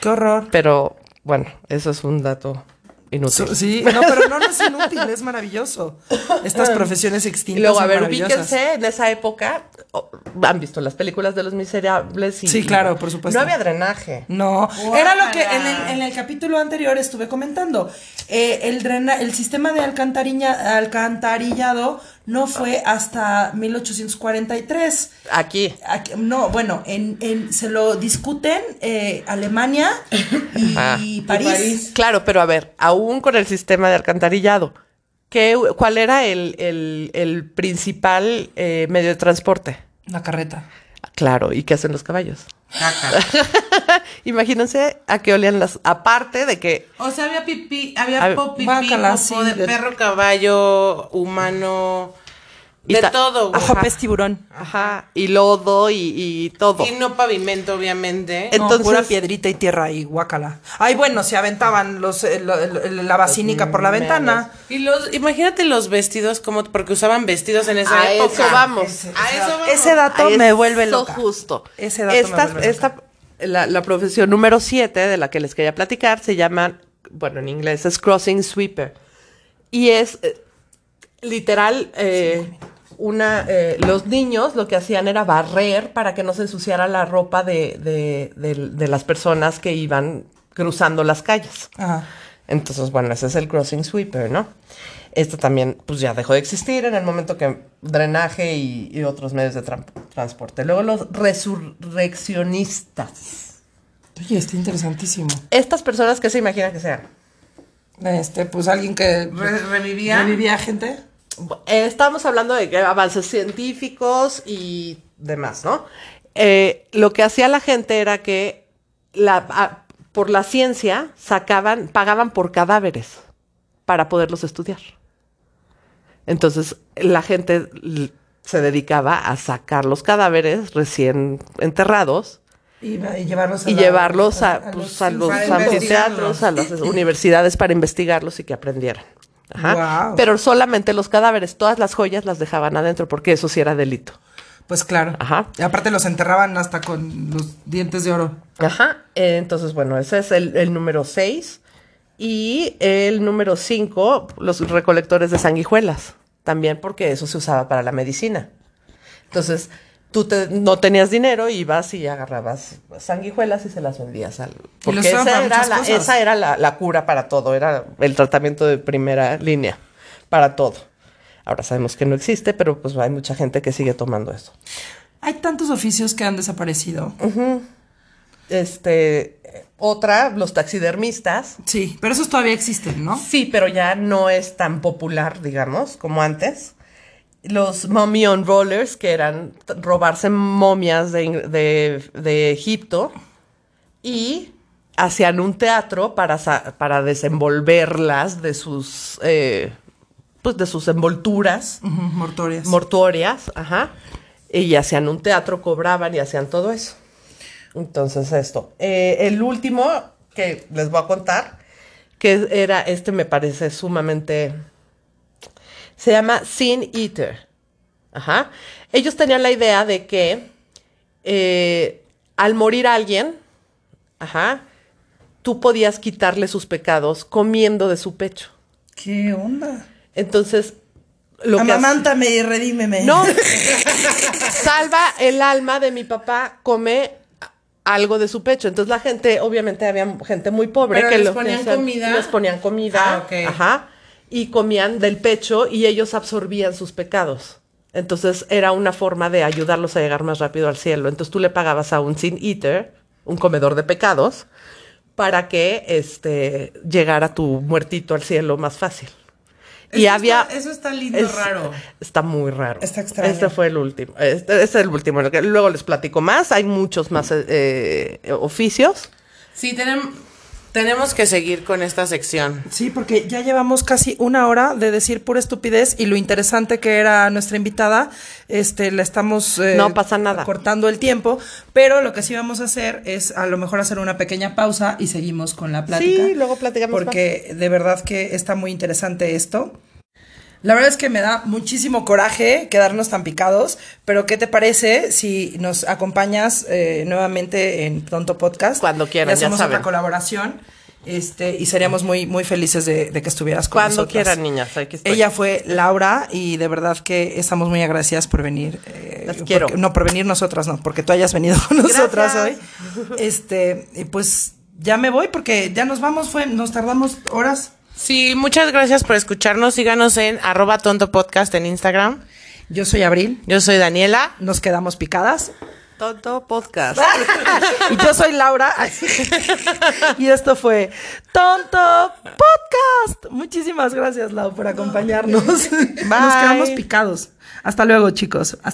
S1: Qué horror.
S3: pero bueno, eso es un dato inútil.
S1: So- Sí, no, pero no, no es inútil, es maravilloso. Estas profesiones extintas.
S3: Y luego, a
S1: son
S3: ver,
S1: maravillosas.
S3: ubíquense en esa época. o- han visto las películas de los miserables y.
S1: Sí, claro, por supuesto.
S3: No había drenaje.
S1: No, era lo que en
S2: Guácala.
S1: el, en el capítulo anterior estuve comentando. Eh, el, drena- el sistema de alcantariña- alcantarillado no fue hasta 1843.
S3: Aquí.
S1: Aquí- no, bueno, en, en- se lo discuten eh, Alemania y,
S3: Ajá.
S1: París.
S3: Claro, pero a ver, aún con el sistema de alcantarillado, ¿qué, ¿cuál era el, el- el principal eh, medio de transporte?
S1: La carreta.
S3: Claro, ¿y qué hacen los caballos?
S2: Caca.
S3: Imagínense a qué olían las. Aparte de que.
S2: O sea, había pipí, había
S3: Ay,
S2: popipí,
S1: guácala,
S2: popó
S1: sí,
S2: de
S1: de-
S2: perro, caballo, humano,
S3: Y
S2: de
S3: ta-
S2: todo, güey.
S1: Ajá, pues, pez tiburón.
S3: Ajá, y lodo y, y todo.
S2: Y no pavimento, obviamente.
S3: Eh, Entonces-
S1: no, pues pura piedrita y tierra y guácala. Ay, bueno, se aventaban los, eh, lo- el- el- la basínica por la ventana.
S2: Y los, imagínate los vestidos, como, porque usaban vestidos en esa
S3: A
S2: época.
S3: eso vamos.
S2: A eso vamos.
S1: Ese dato
S3: A
S1: me vuelve
S3: eso
S1: loca.
S3: justo.
S1: Ese dato me
S3: Estas-
S1: vuelve loca.
S3: esta- la, la profesión número 7 de la que les quería platicar se llama, bueno, en inglés es crossing sweeper. Y es eh, literal eh, una... eh, los niños lo que hacían era barrer para que no se ensuciara la ropa de, de- de- de las personas que iban cruzando las calles.
S1: Ajá.
S3: Entonces, bueno, ese es el crossing sweeper, ¿no? Esto también, pues ya dejó de existir en el momento que drenaje y, y otros medios de tran- transporte. Luego los resurreccionistas.
S1: Oye, está interesantísimo.
S3: Estas personas que se imaginan que sean.
S1: Este, pues alguien que
S2: Re- revivía.
S1: revivía gente.
S3: Bu- eh, estamos hablando de que avances científicos y demás, ¿no? Eh, lo que hacía la gente era que la- a- por la ciencia sacaban, pagaban por cadáveres para poderlos estudiar. Entonces la gente l- se dedicaba a sacar los cadáveres recién enterrados
S1: Y, y llevarlos a
S3: y
S1: la-
S3: llevarlos a, pues, a los
S2: para
S3: anfiteatros,
S2: investigarlos.
S3: a las universidades para investigarlos y que aprendieran. Ajá.
S1: Guau.
S3: Pero solamente los cadáveres, todas las joyas las dejaban adentro porque eso sí era delito.
S1: Pues claro.
S3: Ajá.
S1: Y aparte los enterraban hasta con los dientes de oro.
S3: Ajá. Eh, Entonces, bueno, ese es el, el número 6. Y el número 5, los recolectores de sanguijuelas. También porque eso se usaba para la medicina. Entonces, tú te- no tenías dinero, ibas y agarrabas sanguijuelas y se las vendías al. Porque
S1: los usaban
S3: esa
S1: para
S3: era,
S1: muchas
S3: la,
S1: cosas.
S3: esa era la, la cura para todo, era el tratamiento de primera línea para todo. Ahora sabemos que no existe, pero pues hay mucha gente que sigue tomando eso.
S1: Hay tantos oficios que han desaparecido.
S3: Mm. Este, eh, otra, los taxidermistas.
S1: Sí, pero esos todavía existen, ¿no?
S3: Sí, pero ya no es tan popular, digamos, como antes. Los mummy on rollers, que eran t- robarse momias de, Ing- de- de Egipto y hacían un teatro para, sa- para desenvolverlas de sus, eh, pues de sus envolturas
S1: Ujú, mortorias.
S3: mortuorias, ajá, y hacían un teatro, cobraban y hacían todo eso. Entonces, esto. Eh, el último que les voy a contar, que era, este me parece sumamente. Se llama Sin Eater. Ajá. Ellos tenían la idea de que eh, al morir alguien, ajá, tú podías quitarle sus pecados comiendo de su pecho.
S1: ¿Qué onda?
S3: Entonces, lo
S1: Ah,
S3: que. hac-
S1: Amamántame y redímeme.
S3: no. Salva el alma de mi papá, come algo de su pecho. Entonces la gente, obviamente había gente muy pobre
S2: Pero
S3: que
S2: les
S3: lo que
S2: ponían
S3: hacían-
S2: comida.
S3: Les ponían comida.
S2: Ah, ok.
S3: Ajá. Y comían del pecho y ellos absorbían sus pecados. Entonces era una forma de ayudarlos a llegar más rápido al cielo. Entonces tú le pagabas a un sin eater, un comedor de pecados, para que este llegara tu muertito al cielo más fácil.
S2: Eso
S3: y
S2: está-
S3: había
S2: eso está lindo, raro.
S3: Está muy raro.
S1: Está extraño.
S3: Este fue el último. Este, este es el último. lo que- Luego les platico más. Hay muchos más eh, eh, oficios.
S2: Sí, tenemos. Tenemos que seguir con esta sección.
S1: Sí, porque ya llevamos casi una hora de decir pura estupidez y lo interesante que era nuestra invitada, este, la estamos eh,
S3: No pasa nada.
S1: cortando el tiempo, pero lo que sí vamos a hacer es a lo mejor hacer una pequeña pausa y seguimos con la plática.
S3: Sí, luego platicamos
S1: Porque de verdad que está muy interesante esto. La verdad es que me da muchísimo coraje quedarnos tan picados, pero ¿qué te parece si nos acompañas eh, nuevamente en Pronto Podcast?
S3: Cuando quieran,
S1: Y hacemos
S3: ya
S1: otra
S3: saben.
S1: colaboración. Este, y seríamos muy, muy felices de, de que estuvieras con
S3: Cuando
S1: nosotras.
S3: quieran, niñas, aquí estoy.
S1: Ella fue Laura y de verdad que estamos muy agradecidas por venir. eh,
S3: Las quiero.
S1: porque- no, por venir nosotras, no, porque tú hayas venido con nosotras hoy.
S3: Gracias.
S1: Este, y pues ya me voy porque ya nos vamos, fue, nos tardamos horas.
S2: Sí, muchas gracias por escucharnos. Síganos en arroba tonto podcast en Instagram.
S1: Yo soy Abril,
S2: Yo soy Daniela.
S1: nos quedamos picadas.
S3: Tonto podcast.
S1: y yo soy Laura. y esto fue Tonto Podcast. Muchísimas gracias, Lau, por acompañarnos. Nos quedamos picados. Hasta luego, chicos. Hasta